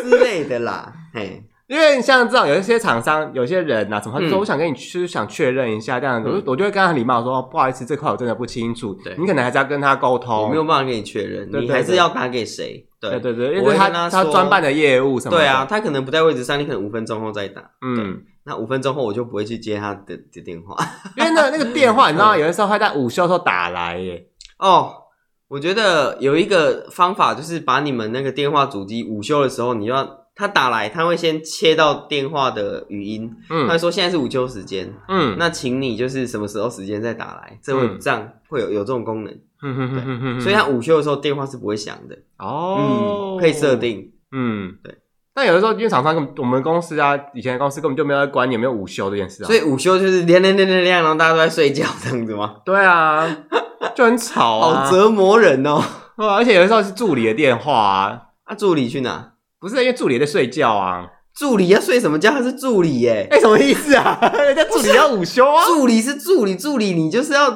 S2: 之类的啦，嘿，
S1: 因为像这种有一些厂商、有些人呐、啊，什么他就说
S2: 嗯
S1: 我想跟你去，想确认一下这样子，
S2: 嗯
S1: 我就我就会跟他很礼貌地说、哦不好意思，这块我真的不清楚
S2: 对，
S1: 你可能还是要跟他沟
S2: 我
S1: 通。
S2: 没有办法跟你确认，
S1: 哦对对
S2: 你还是要打给谁？
S1: 对
S2: 对
S1: 对对，因
S2: 我
S1: 为
S2: 会
S1: 他
S2: 跟他
S1: 他
S2: 说
S1: 专办的业务什么的。
S2: 对啊，，他可能不在位置上，你可能五分钟后再打。
S1: 嗯，
S2: 那五分钟后我就不会去接他的的电话。
S1: 因为那那个电话，你知道，有的时候会在午休的时候打来耶。
S2: 哦，我觉得有一个方法就是把你们那个电话主机午休的时候，你就要他打来，他会先切到电话的语音，他会
S1: 嗯
S2: 说现在是午休时间，
S1: 嗯，
S2: 那请你就是什么时候时间再打来，这会
S1: 嗯
S2: 这样会有有这种功能，
S1: 嗯哼哼哼 哼
S2: 所以他午休的时候电话是不会响的。
S1: 哦
S2: 嗯，，可以设定。
S1: 嗯，
S2: 对。
S1: 但有的时候，因为厂商根本，我们公司啊，以前的公司根本就没有在管你有没有午休这件事啊。
S2: 所以午休就是亮亮亮亮亮，然后大家都在睡觉这样子吗？
S1: 对啊，就很吵啊。
S2: 好折磨人哦！
S1: 对啊而且有的时候是助理的电话啊，
S2: 啊，助理去哪？
S1: 不是因为助理在睡觉啊。
S2: 助理要睡什么觉？他是助理耶，
S1: 哎、什么意思啊？ 人家助理要午休啊，
S2: 助理是助理，助理你就是要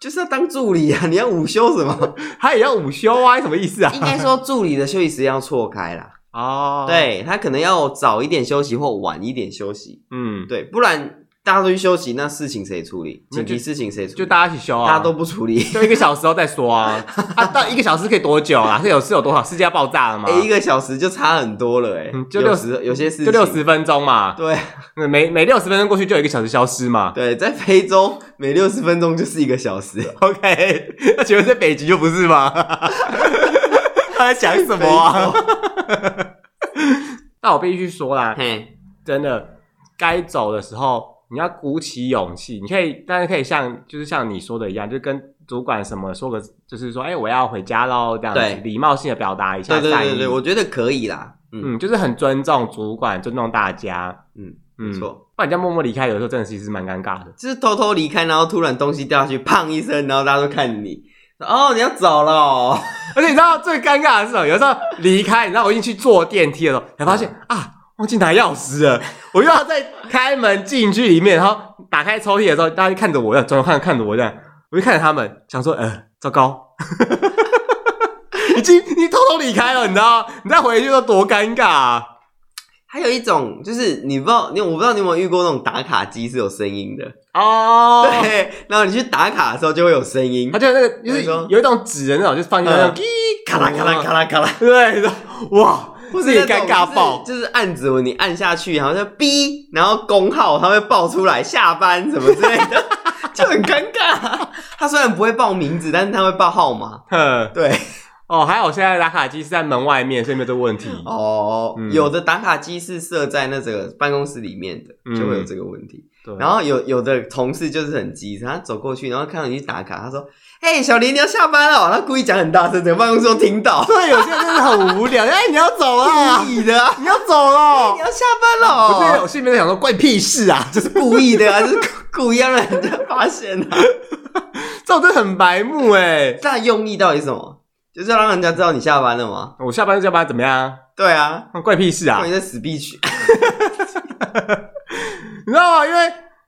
S2: 就是要当助理啊！你要午休什么？
S1: 他也要午休啊，什么意思啊？
S2: 应该说助理的休息时间要错开啦，
S1: 哦，，
S2: 对他可能要早一点休息或晚一点休息，
S1: 嗯，
S2: 对，不然大家都去休息，那事情谁处理？
S1: 那就
S2: 紧急事情谁处理？
S1: 就大家一起休啊，
S2: 大家都不处 理，
S1: 就一个小时后再说 啊。啊，到一个小时可以多久啊？是有是有多少？世界要爆炸了吗？
S2: 哎、一个小时就差很多了、哎、
S1: 嗯就
S2: 有
S1: 六
S2: 时有些事情
S1: 就六，十分钟嘛，嗯
S2: 对
S1: 每每六十分钟过去就有一个小时消失嘛。
S2: 对，在非洲每六十分钟就是一个小时，
S1: OK，那 请问在北极就不是吗？ 他在讲什么啊？那我必须说啦，
S2: 嘿，
S1: 真的该走的时候，你要鼓起勇气。你可以，但是可以像就是像你说的一样，就跟主管什么说个，就是说，哎、我要回家喽，这样
S2: 对
S1: 子，礼貌性的表达一下
S2: 对对
S1: 善意。
S2: 对对，我觉得可以啦，嗯，
S1: 嗯，就是很尊重主管，尊重大家。
S2: 嗯
S1: 嗯，
S2: 没。错，
S1: 不然你这样默默离开，有时候真的其实蛮尴尬的。
S2: 就是偷偷离开，然后突然东西掉下去，砰一声，然后大家都看你，哦，你要走了哦，
S1: 而且你知道最尴尬的是什么？有时候离开，你知道我已经去坐电梯的时候，才发现、
S2: 嗯
S1: 啊，忘记拿钥匙了，我又要再开门进去里面，然后打开抽屉的时候，大家就看着我，这样转头看看着我这样，我就看着他们，想说，呃，糟糕。 已经你偷偷离开了，你知道吗？你再回去都多尴尬啊！
S2: 还有一种就是你不知道，你我不知道你有没有遇过那种打卡机是有声音的，
S1: 哦
S2: 对，然后你去打卡的时候就会有声音哦
S1: 它，就那个就是
S2: 啊你说
S1: 有一种纸的那种，就是放进去那种，
S2: 嗯
S1: 叽
S2: 咔啦咔啦咔啦咔啦，
S1: 对，哇，
S2: 或
S1: 自
S2: 是
S1: 己
S2: 那种
S1: 尴尬爆。
S2: 就是，就是按指纹你按下去，然后就哔，然后工号它会报出来下班什么之类的， 就很尴尬。 他虽然不会报名字，但是他会报号码。
S1: 哼，
S2: 对，
S1: 哦，还好现在打卡机是在门外面，所以没有这个问题。
S2: 哦，
S1: 嗯
S2: 有的打卡机是设在那这个办公室里面的，
S1: 嗯
S2: 就会有这个问题。
S1: 对，
S2: 然后有有的同事就是很机智，他走过去，然后看到你去打卡，他说：“哎、小林，你要下班了。”他哦故意讲很大声，整个办公室都听 到，
S1: 对，有些人真的很无聊。哎，你要走啦，
S2: 故意的、啊，
S1: 你要走了
S2: 你。要下班了
S1: 我真的
S2: 哦，
S1: 啊有心里面在想说，怪屁事啊！就是
S2: 故意的、啊，就是 故故意要让人家发现啊。
S1: 这种真的很白目哎。
S2: 那用意到底是什么？就是要让人家知道你下班了吗？
S1: 我下班就下班，怎么样？
S2: 对啊，
S1: 怪屁事啊
S2: 不！然你在死必去。
S1: 你知道吗？因为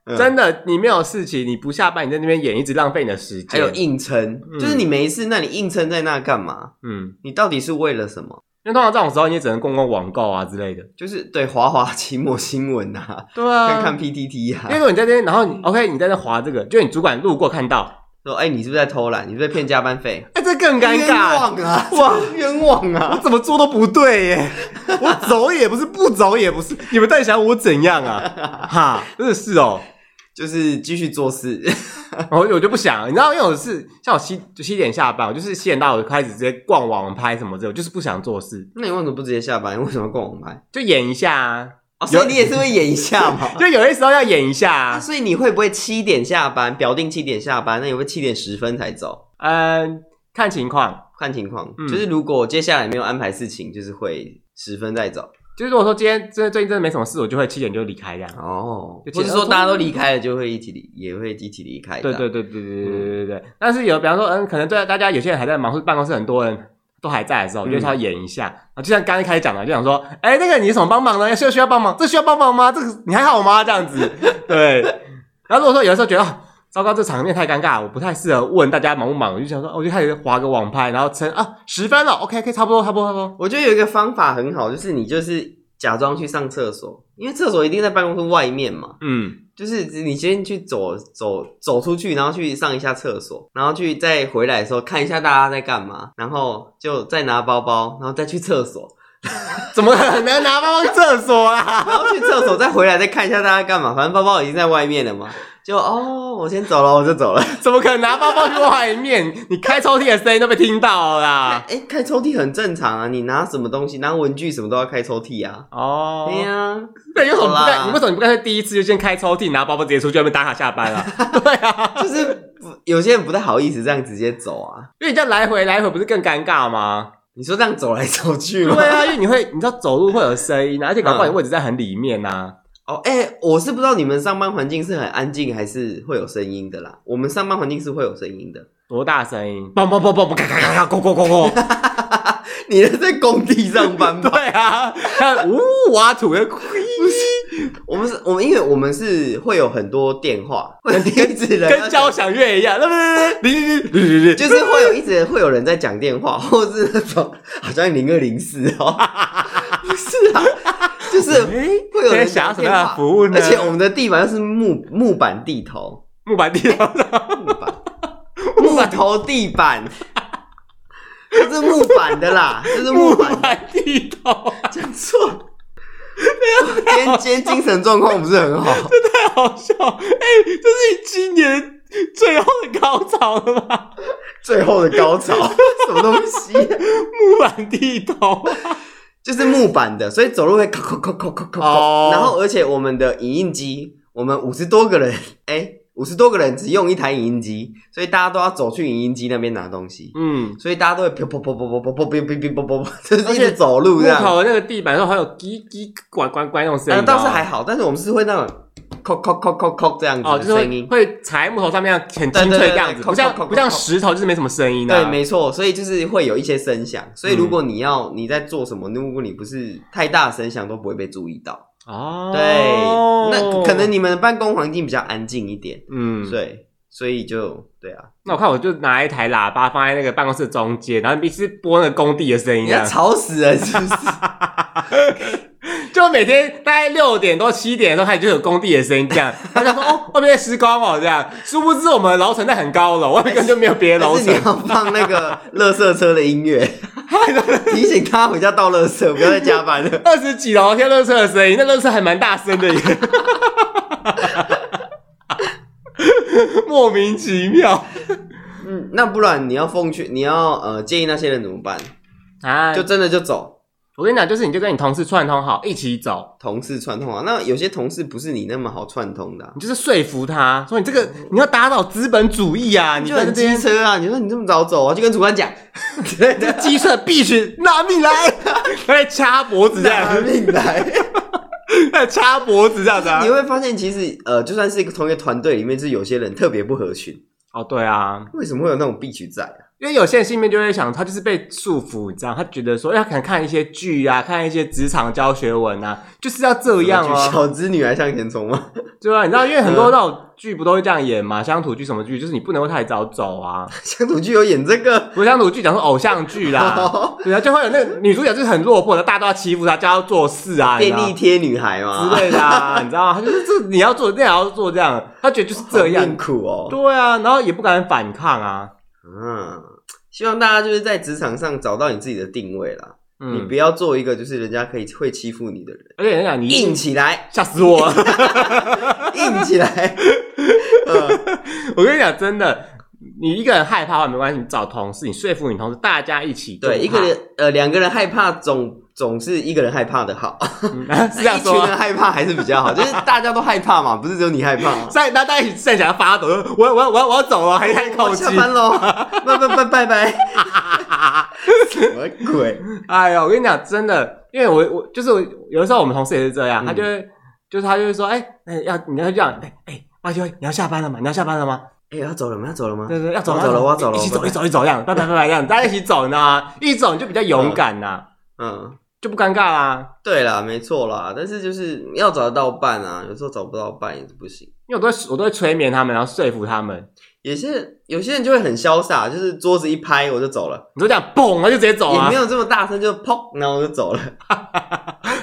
S2: 嗯
S1: 真的，你没有事情，你不下班，你在那边演，一直浪费你的时间。
S2: 还有，硬撑，
S1: 嗯
S2: 就是你没事，那你硬撑在那干嘛？
S1: 嗯，
S2: 你到底是为了什么？
S1: 因为通常这种时候，你也只能逛逛网购啊之类的。
S2: 就是对 滑滑期末新闻啊，
S1: 对啊，
S2: 看看 PTT
S1: 因为如
S2: 啊，
S1: 果你在这边，然后你 OK，你在那划这个，就你主管路过看到，
S2: 说哎、你是不是在偷懒？你是不是在骗加班费？
S1: 哎、这更尴
S2: 冤
S1: 尬，
S2: 枉啊！
S1: 哇
S2: 哇，冤枉
S1: 我
S2: 啊！
S1: 怎么做都不对耶，我走也不是，不走也不是，你们到底想我怎样啊？哈，真的是哦，
S2: 就是继续做事，
S1: 我我就不想，你知道，因为我是像我七就七点下班，我就是七点到我就开始直接逛网拍什么之类，我就是不想做事，
S2: 那你为什么不直接下班？为什么要逛网拍？
S1: 就演一下啊，
S2: 哦，所
S1: 有
S2: 以你也是会演一下 嘛？
S1: 就有些时候要演一下
S2: 啊，
S1: 啊，
S2: 所以你会不会七点下班？表定七点下班，那你会不会七点十分才走？
S1: 嗯、看情况。
S2: 看情况，
S1: 嗯
S2: 就是如果接下来没有安排事情，就是会十分再走
S1: 就是如果说今天真的最近真的没什么事，我就会七点就离开这样。
S2: 哦
S1: 就，其
S2: 或
S1: 实
S2: 是说大家都离开了，就会一起离，也会一起离开。
S1: 对对，对
S2: 嗯
S1: 对对对对对对。但是有，比方说，嗯，可能对大家有些人还在忙，或是办公室很多人都还在的时候，我
S2: 嗯
S1: 就稍微演一下。啊，就像刚刚一开始讲的，就想说，哎，那个你有什么帮忙呢？需要需要帮忙？这需要帮忙吗？这个你还好吗？这样子。对。然后如果说有的时候觉得。哦糟糕，这场面太尴尬，我不太适合问大家忙不忙。我就想说，哦我就开始划个网拍，然后称啊十分了，OK，可以差不多，差不多，差不多。
S2: 我觉得有一个方法很好，就是你就是假装去上厕所，因为厕所一定在办公室外面嘛，
S1: 嗯，
S2: 就是你先去走走走出去，然后去上一下厕所，然后去再回来的时候看一下大家在干嘛，然后就再拿包包，然后再去厕所，
S1: 怎么可能拿包包去厕所啊啦？
S2: 然后去厕所再回来再看一下大家干嘛，反正包包已经在外面了嘛，就哦，我先走了，我就走了。
S1: 怎么可能拿包包去外面？你开抽屉的声音都被听到了 啦。
S2: 哎、开抽屉很正常啊，你拿什么东西，拿文具什么都要开抽屉啊。
S1: 哦，
S2: 对呀、
S1: 对，有什么不
S2: 好啦
S1: 干？你为什么你不干脆第一次就先开抽屉，拿包包直接出去外面打卡下班 啊？对啊，
S2: 就是不有些人不太好意思这样直接走啊。
S1: 因为你这样来回来回不是更尴尬吗？
S2: 你说这样走来走去
S1: 对
S2: 吗？
S1: 啊，因为你会，你知道走路会有声音啊，而且搞不好你位置在很里面呐、啊
S2: 哦，哎、我是不知道你们上班环境是很安静还是会有声音的啦。我们上班环境是会有声音的。
S1: 多大声音？砰砰砰砰砰，咔咔咔咔，咕咕咕咕。
S2: 你是在工地上班吧？
S1: 对啊，还有呜挖土 的，跟
S2: 我们是，我们因为我们是会有很多电话，会有一直人
S1: 跟交响乐一样，零零零零
S2: 就是会有一直会有人在讲 电话，或是那种好像零二零四哦，不是啊，就是
S1: 诶
S2: 会有人
S1: 哎想要
S2: 聊
S1: 什
S2: 天
S1: 么样的
S2: 吧
S1: 服务呢？
S2: 而且我们的地板又是木木板地头，
S1: 木板地板，
S2: 木板 木头地板，这是木板的啦，这是木
S1: 木
S2: 板的，
S1: 板地头，
S2: 讲错。今天今天精神状况不是很好，
S1: 太好笑！哎、这是你今年最后的高潮了吧？
S2: 最后的高潮什么东西？
S1: 木板地头，
S2: 就是木板的，所以走路会扣扣扣扣扣
S1: 哦
S2: 扣。然后而且我们的影印机，我们五十多个人，哎，五十多个人只用一台影印机，所以大家都要走去影印机那边拿东西。
S1: 嗯，
S2: 所以大家都会噗噗噗噗噗噗噗哔哔哔噗噗噗，就是
S1: 而
S2: 一
S1: 且
S2: 直走路
S1: 木
S2: 这样。
S1: 头的那个地板上还有叽叽拐拐拐那种声音、
S2: 呃，
S1: 你知道
S2: 倒
S1: 吗
S2: 是还好，但是我们是会那种扣扣扣扣扣这样
S1: 哦，
S2: 子
S1: 就
S2: 的
S1: 是
S2: 声
S1: 会
S2: 音。
S1: 会踩木头上面很清脆的样子，
S2: 对对对对
S1: 不像
S2: 叩叩叩叩
S1: 不像石头就是没什么声音的、啊
S2: 对，没错，所以就是会有一些声响，所以如果你要你在做什么，如果你不是太大声响，都不会被注意到。
S1: 哦，
S2: 对，那可能你们的办公环境比较安静一点，
S1: 嗯，
S2: 对，所以就对啊，
S1: 那我看我就拿一台喇叭放在那个办公室中间，然后一直播那个工地的声音
S2: 你
S1: 这样，
S2: 要吵死人 是不是？
S1: 就每天大概六点多七点的时候开始就有工地的声音这样，大家说哦外面在施工哦这样，殊不知我们楼层在很高楼，外面根本就没有别的楼
S2: 但是
S1: 层
S2: 你，要放 那个垃圾车的音乐，提醒他回家倒垃圾，不要再加班了。
S1: 二十几楼天乐车的声音，那乐车还蛮大声的耶， 莫名其妙
S2: 嗯，那不然你要奉劝，你要呃建议那些人怎么办？
S1: 啊！
S2: 就
S1: 就
S2: 真的就走，
S1: 我跟你讲，就是你就跟你同事串通好一起走，
S2: 同事串通啊。那有些同事不是你那么好串通的啊、
S1: 你就是说服他说你这个你要打倒资本主义啊！你
S2: 嗯就
S1: 在这
S2: 很机
S1: 边
S2: 车啊！你说你这么早走啊，就跟主管讲，对
S1: 这鸡舍必须拿命 来，在掐脖子这
S2: 拿
S1: 样，
S2: 命来！
S1: 啊在掐脖子这样子啊
S2: 你！会发现，其实呃，就算是一个同一个团队里面，就是有些人特别不合群，
S1: 哦，对啊，
S2: 为什么会有那种必取在啊？
S1: 因为有些人心里面就会想，他就是被束缚，你知道，他觉得说，哎他可能看一些剧啊，看一些职场教学文啊，就是要这样
S2: 什么剧
S1: 哦，
S2: 小资女孩向前冲吗？
S1: 对啊，你知道，因为很多那种剧不都会这样演嘛，乡土剧什么剧，就是你不能够太早走啊，
S2: 乡土剧有演这个，
S1: 不是乡土剧讲说偶像剧 啦，对 啊，就会有那个女主角就是很落魄的，大家都要欺负她，叫她做事啊，你知
S2: 便
S1: 道
S2: 利贴女孩嘛，
S1: 之类的啊， 你知道吗？他就是这你要做，那也要做这样，他觉得就是这
S2: 好
S1: 样
S2: 命，苦哦。
S1: 对啊，然后也不敢反抗啊，
S2: 嗯，希望大家就是在职场上找到你自己的定位啦，你
S1: 嗯
S2: 不，要做一个就是人家可以会欺负你的人，
S1: 而且人家讲你
S2: 硬起来，
S1: 吓死我了，
S2: 硬起来。呃，
S1: 我跟你讲真的。你一个人害怕的话没关系，你找同事，你说服你同事，大家一起
S2: 对，
S1: 不
S2: 一
S1: 怕
S2: 个人呃两个人害怕总总是一个人害怕的好，
S1: 嗯啊 是这样
S2: 一群
S1: 说吗
S2: 人。害怕还是比较好，就是大家都害怕嘛，不是只有你害怕嘛。
S1: 在那大家一起站起来发抖，说我我我要我要走了，还还口
S2: 我
S1: 气
S2: 下。班喽， 拜拜拜拜拜，什么鬼？
S1: 哎呦，我跟你讲，真的，因为我我就是我有的时候我们同事也是这样，
S2: 嗯
S1: 他就会就是他就会说，哎、哎要你要这样，哎、哎，外舅你要下班了吗？你要下班了吗？
S2: 哎，要走了吗？要走了吗？
S1: 对对，要走
S2: 我走了我走了
S1: 一起
S2: 我走
S1: 走，
S2: 了
S1: 一起走，一起走，这样，拜拜拜拜，这样，大家一起走呢，一走你就比较勇敢呐，
S2: 嗯。
S1: 就不尴尬啦。
S2: 对啦，没错啦，但是就是要找得到伴啊，有时候找不到伴也是不行。
S1: 因为我都会我都会催眠他们，然后说服他们，
S2: 有些有些人就会很潇洒，就是桌子一拍我就走了，
S1: 你就这样嘣，他就直接走
S2: 也
S1: 啊
S2: 没，有这么大声，就砰，然后我就走了。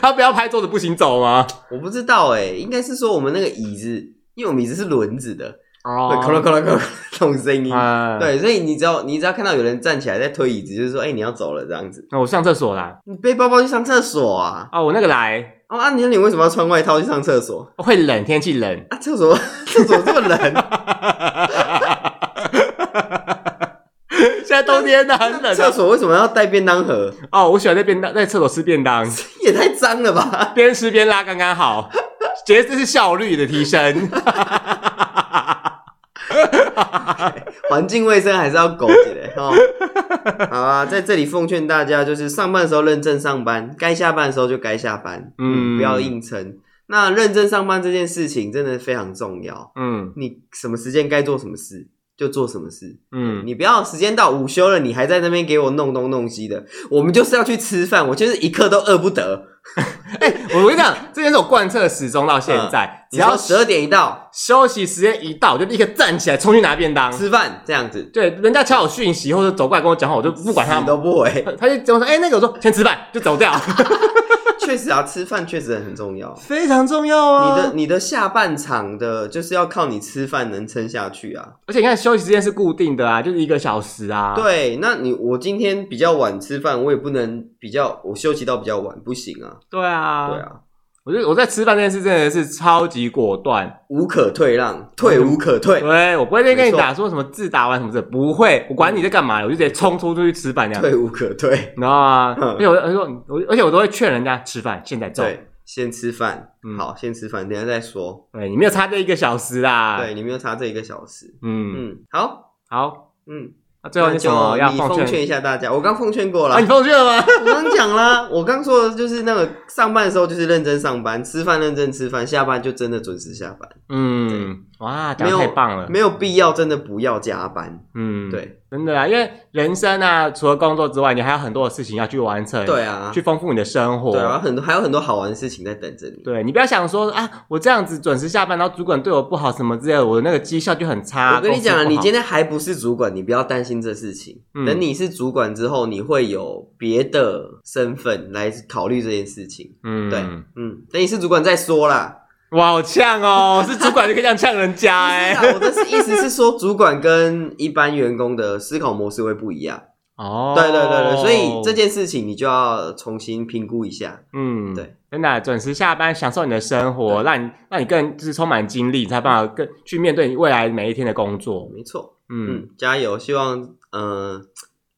S1: 他不要拍桌子不行走吗？
S2: 我不知道哎、应该是说我们那个椅子，因为我们椅子是轮子的，会
S1: 哦
S2: 咯咯咯咯咯那种声音。
S1: 嗯，
S2: 对，所以你只要你只要看到有人站起来在推椅子，就是说，哎、你要走了这样子。
S1: 那我上厕所啦，
S2: 你背包包去上厕所啊？
S1: 啊，我那个来
S2: 哦啊，你你为什么要穿外套去上厕所？
S1: 会冷，天气冷，
S2: 啊，厕所 厕所这么冷，
S1: 现在冬天的很冷
S2: 厕
S1: 啊。
S2: 所为什么要带便当盒？
S1: 哦，我喜欢在便当在厕所吃便 当，
S2: 也太脏了吧！
S1: 边吃边拉刚刚好，觉得这是效率的提 升。
S2: 环境卫生还是要苟且的哦。好啊，在这里奉劝大家，就是上班的时候认真上班，该下班的时候就该下班，
S1: 嗯
S2: 嗯，不要硬撑。那认真上班这件事情真的非常重要，
S1: 嗯
S2: 你什么时间该做什么事就做什么事，
S1: 嗯，
S2: 你不要时间到午休了，你还在那边给我弄东弄西的。我们就是要去吃饭，我就是一刻都饿不得。
S1: 哎我跟你讲，这件事我贯彻始终到现在，只
S2: 只要
S1: 要
S2: 十二点一到
S1: 休息时间一到，我就立刻站起来冲去拿便当。
S2: 吃饭这样子，
S1: 对，人家敲我讯息或者走过来跟我讲话，我就不管他
S2: 死，都不回。
S1: 他就跟我说：“哎、那个，我说先吃饭，就走掉。
S2: 确实啊，吃饭确实很重要。
S1: 非常重要啊！
S2: 你的你的下半场的，就是要靠你吃饭能撑下去啊。
S1: 而且你看休息时间是固定的啊，就是一个小时啊。，
S2: 对，那你我今天比较晚吃饭，我也不能比较我休息到比较晚，不行啊。
S1: 对啊，
S2: 对。啊，
S1: 我觉得我在吃饭这件事真的是超级果断，
S2: 无可退让，退无可退，
S1: 对我不会再跟
S2: 没
S1: 你
S2: 错嗯
S1: 打说什么字打完什么字，不会，我管你在干嘛，我就直接冲出去吃饭这样，
S2: 退无可退。
S1: 你知道吗？
S2: 嗯
S1: 而且我而且我我而且我都会劝人家吃饭，现在走，
S2: 对，先吃饭，
S1: 嗯
S2: 好，先吃饭，等一下再说。
S1: 对哎你没有差这一个小时啦。
S2: 对，，你没有差这一个小时。
S1: 啊嗯，
S2: 嗯，好，
S1: 好，
S2: 嗯，
S1: 那最后
S2: 那
S1: 你
S2: 就
S1: 什么要
S2: 你
S1: 奉
S2: 奉劝一下大家，我刚奉劝过了
S1: 啊？你。奉劝了吗？
S2: 我刚讲啦，我刚说的就是那个上班的时候就是认真上班，吃饭认真吃饭，下班就真的准时下班，
S1: 嗯，哇，讲
S2: 没
S1: 得
S2: 有
S1: 太棒了。
S2: 没有必要真的不要加班。
S1: 嗯，
S2: 对，
S1: 真的啦，因为人生啊，除了工作之外，你还有很多的事情要去完成，、
S2: 对啊
S1: 哎去，丰富你的生活。
S2: 对啊，很多还有很多好玩的事情在等着你。
S1: 对你不要想说啊，我这样子准时下班，然后主管对我不好什么之类的，我那个绩效就很差。
S2: 我跟你讲啊，
S1: 公司不
S2: 你
S1: 好
S2: 今天还不是主管，你不要担心这事情。
S1: 嗯
S2: 等你是主管之后，你会有别的身份来考虑这件事情。
S1: 嗯，
S2: 对，嗯，等你是主管再说啦。
S1: 哇，好呛哦，是主管就可以这样呛人家
S2: 不
S1: 哎、
S2: 是啊，我的是意思是说，主管跟一般员工的思考模式会不一样。
S1: 哦，
S2: 对对对对，所以这件事情你就要重新评估一下。
S1: 嗯，
S2: 对，
S1: 真的准时下班，享受你的生活，让你让你更就是充满精力，才有办法更去面对你未来每一天的工作。
S2: 没错，
S1: 嗯
S2: 嗯，加油！希望，呃，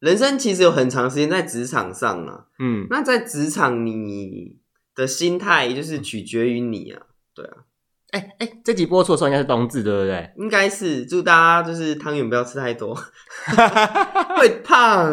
S2: 人生其实有很长时间在职场上啊。
S1: 嗯，
S2: 那在职场，你的心态就是取决于你啊。
S1: 哎、哎、这集播出的时候应该是冬至，对不对？
S2: 应该是祝大家就是汤圆不要吃 太多，会胖。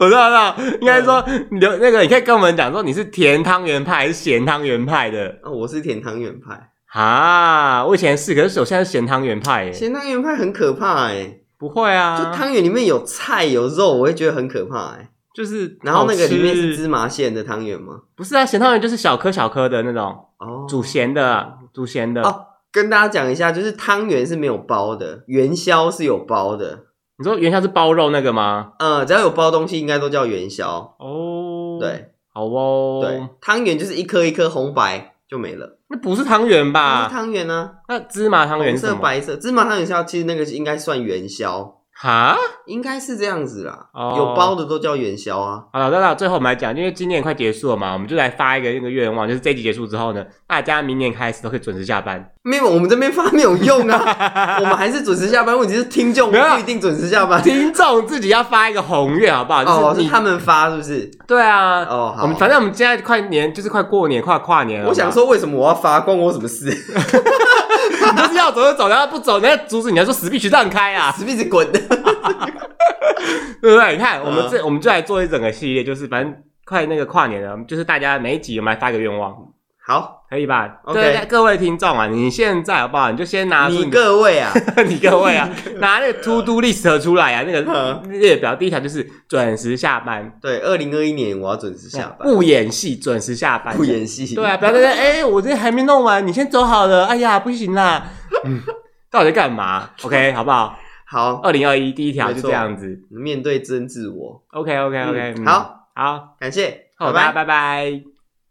S1: 我知道，我知道，应该说你的那个，你可以跟我们讲说你是甜汤圆派还是咸汤圆派的
S2: 哦、我是甜汤圆派，
S1: 啊？我以前是，可是我现在是咸汤圆派耶。
S2: 咸汤圆派很可怕哎、
S1: 不会啊，
S2: 就汤圆里面有菜有肉，我会觉得很可怕哎、
S1: 就是
S2: 然后那个
S1: 好吃
S2: 里面是芝麻馅的汤圆吗？
S1: 不是啊？咸汤圆就是小颗小颗的那种，
S2: 哦，
S1: 煮咸的，煮咸的。
S2: 哦，跟大家讲一下，就是汤圆是没有包的，元宵是有包的。
S1: 你说元宵是包肉那个吗？
S2: 呃，只要有包东西，应该都叫元宵。
S1: 哦，，
S2: 对、
S1: 好哦，
S2: 对，，汤圆就是一颗一颗红白就没了，
S1: 那不是汤圆
S2: 那是
S1: 吧？
S2: 汤圆呢？
S1: 那芝麻啊汤圆
S2: 红
S1: 是什
S2: 色、
S1: 么？
S2: 白色，芝麻汤圆是要，其实那个是应该算元宵。
S1: 哈，
S2: 应该是这样子啦，
S1: 哦
S2: 有包的都叫元宵啊。
S1: 好了，那那最后我们来讲，因为今年快结束了嘛，我们就来发一个那个愿望，就是这一集结束之后呢，大家明年开始都可以准时下班。
S2: 没有，我们这边发没有用 啊，我们还是准时下班。问题是听众
S1: 没有啊
S2: 不一定准时下班。
S1: 听众自己要发一个宏愿，好不好？
S2: 哦，
S1: 就是
S2: 是
S1: 你、
S2: 他们发是不是？
S1: 对啊，
S2: 哦，好。
S1: 我们反正我们现在快年，就是快过年，快跨年了。
S2: 我想，说，为什么我要发，关我什么事？
S1: 你就是要走就走，然后不走，人家阻止你，还说死必须让开啊，
S2: 死必子 滚！
S1: 对不对？你看，我
S2: 嗯
S1: 们这、我们就来做一整个系列，就是反正快那个跨年了，就是大家每一集我们来发一个愿望，
S2: 好，
S1: 可以吧
S2: OK
S1: 对，各位听众啊，你现在好不好？你就先拿出
S2: 你
S1: 你的
S2: 各位啊，
S1: 你各位啊，拿那个 to do list 出来啊，那个
S2: 嗯
S1: 列表第一条就是准时下班，
S2: 对，二零二一年我要准时下班，
S1: 不演戏，准时下班，
S2: 不 演戏。
S1: 对啊，不要在那哎、我这还没弄完，你先走好了。哎呀，不行啦，嗯，到底在干嘛？OK，好不 好？
S2: 好，
S1: 二零二一第一条
S2: 没
S1: 就
S2: 错
S1: 这样子。
S2: 面对真自我。
S1: OK，OK，OK，、
S2: 嗯好，
S1: 好，
S2: 感谢，
S1: 好吧，
S2: 拜
S1: 拜
S2: 拜。
S1: 拜。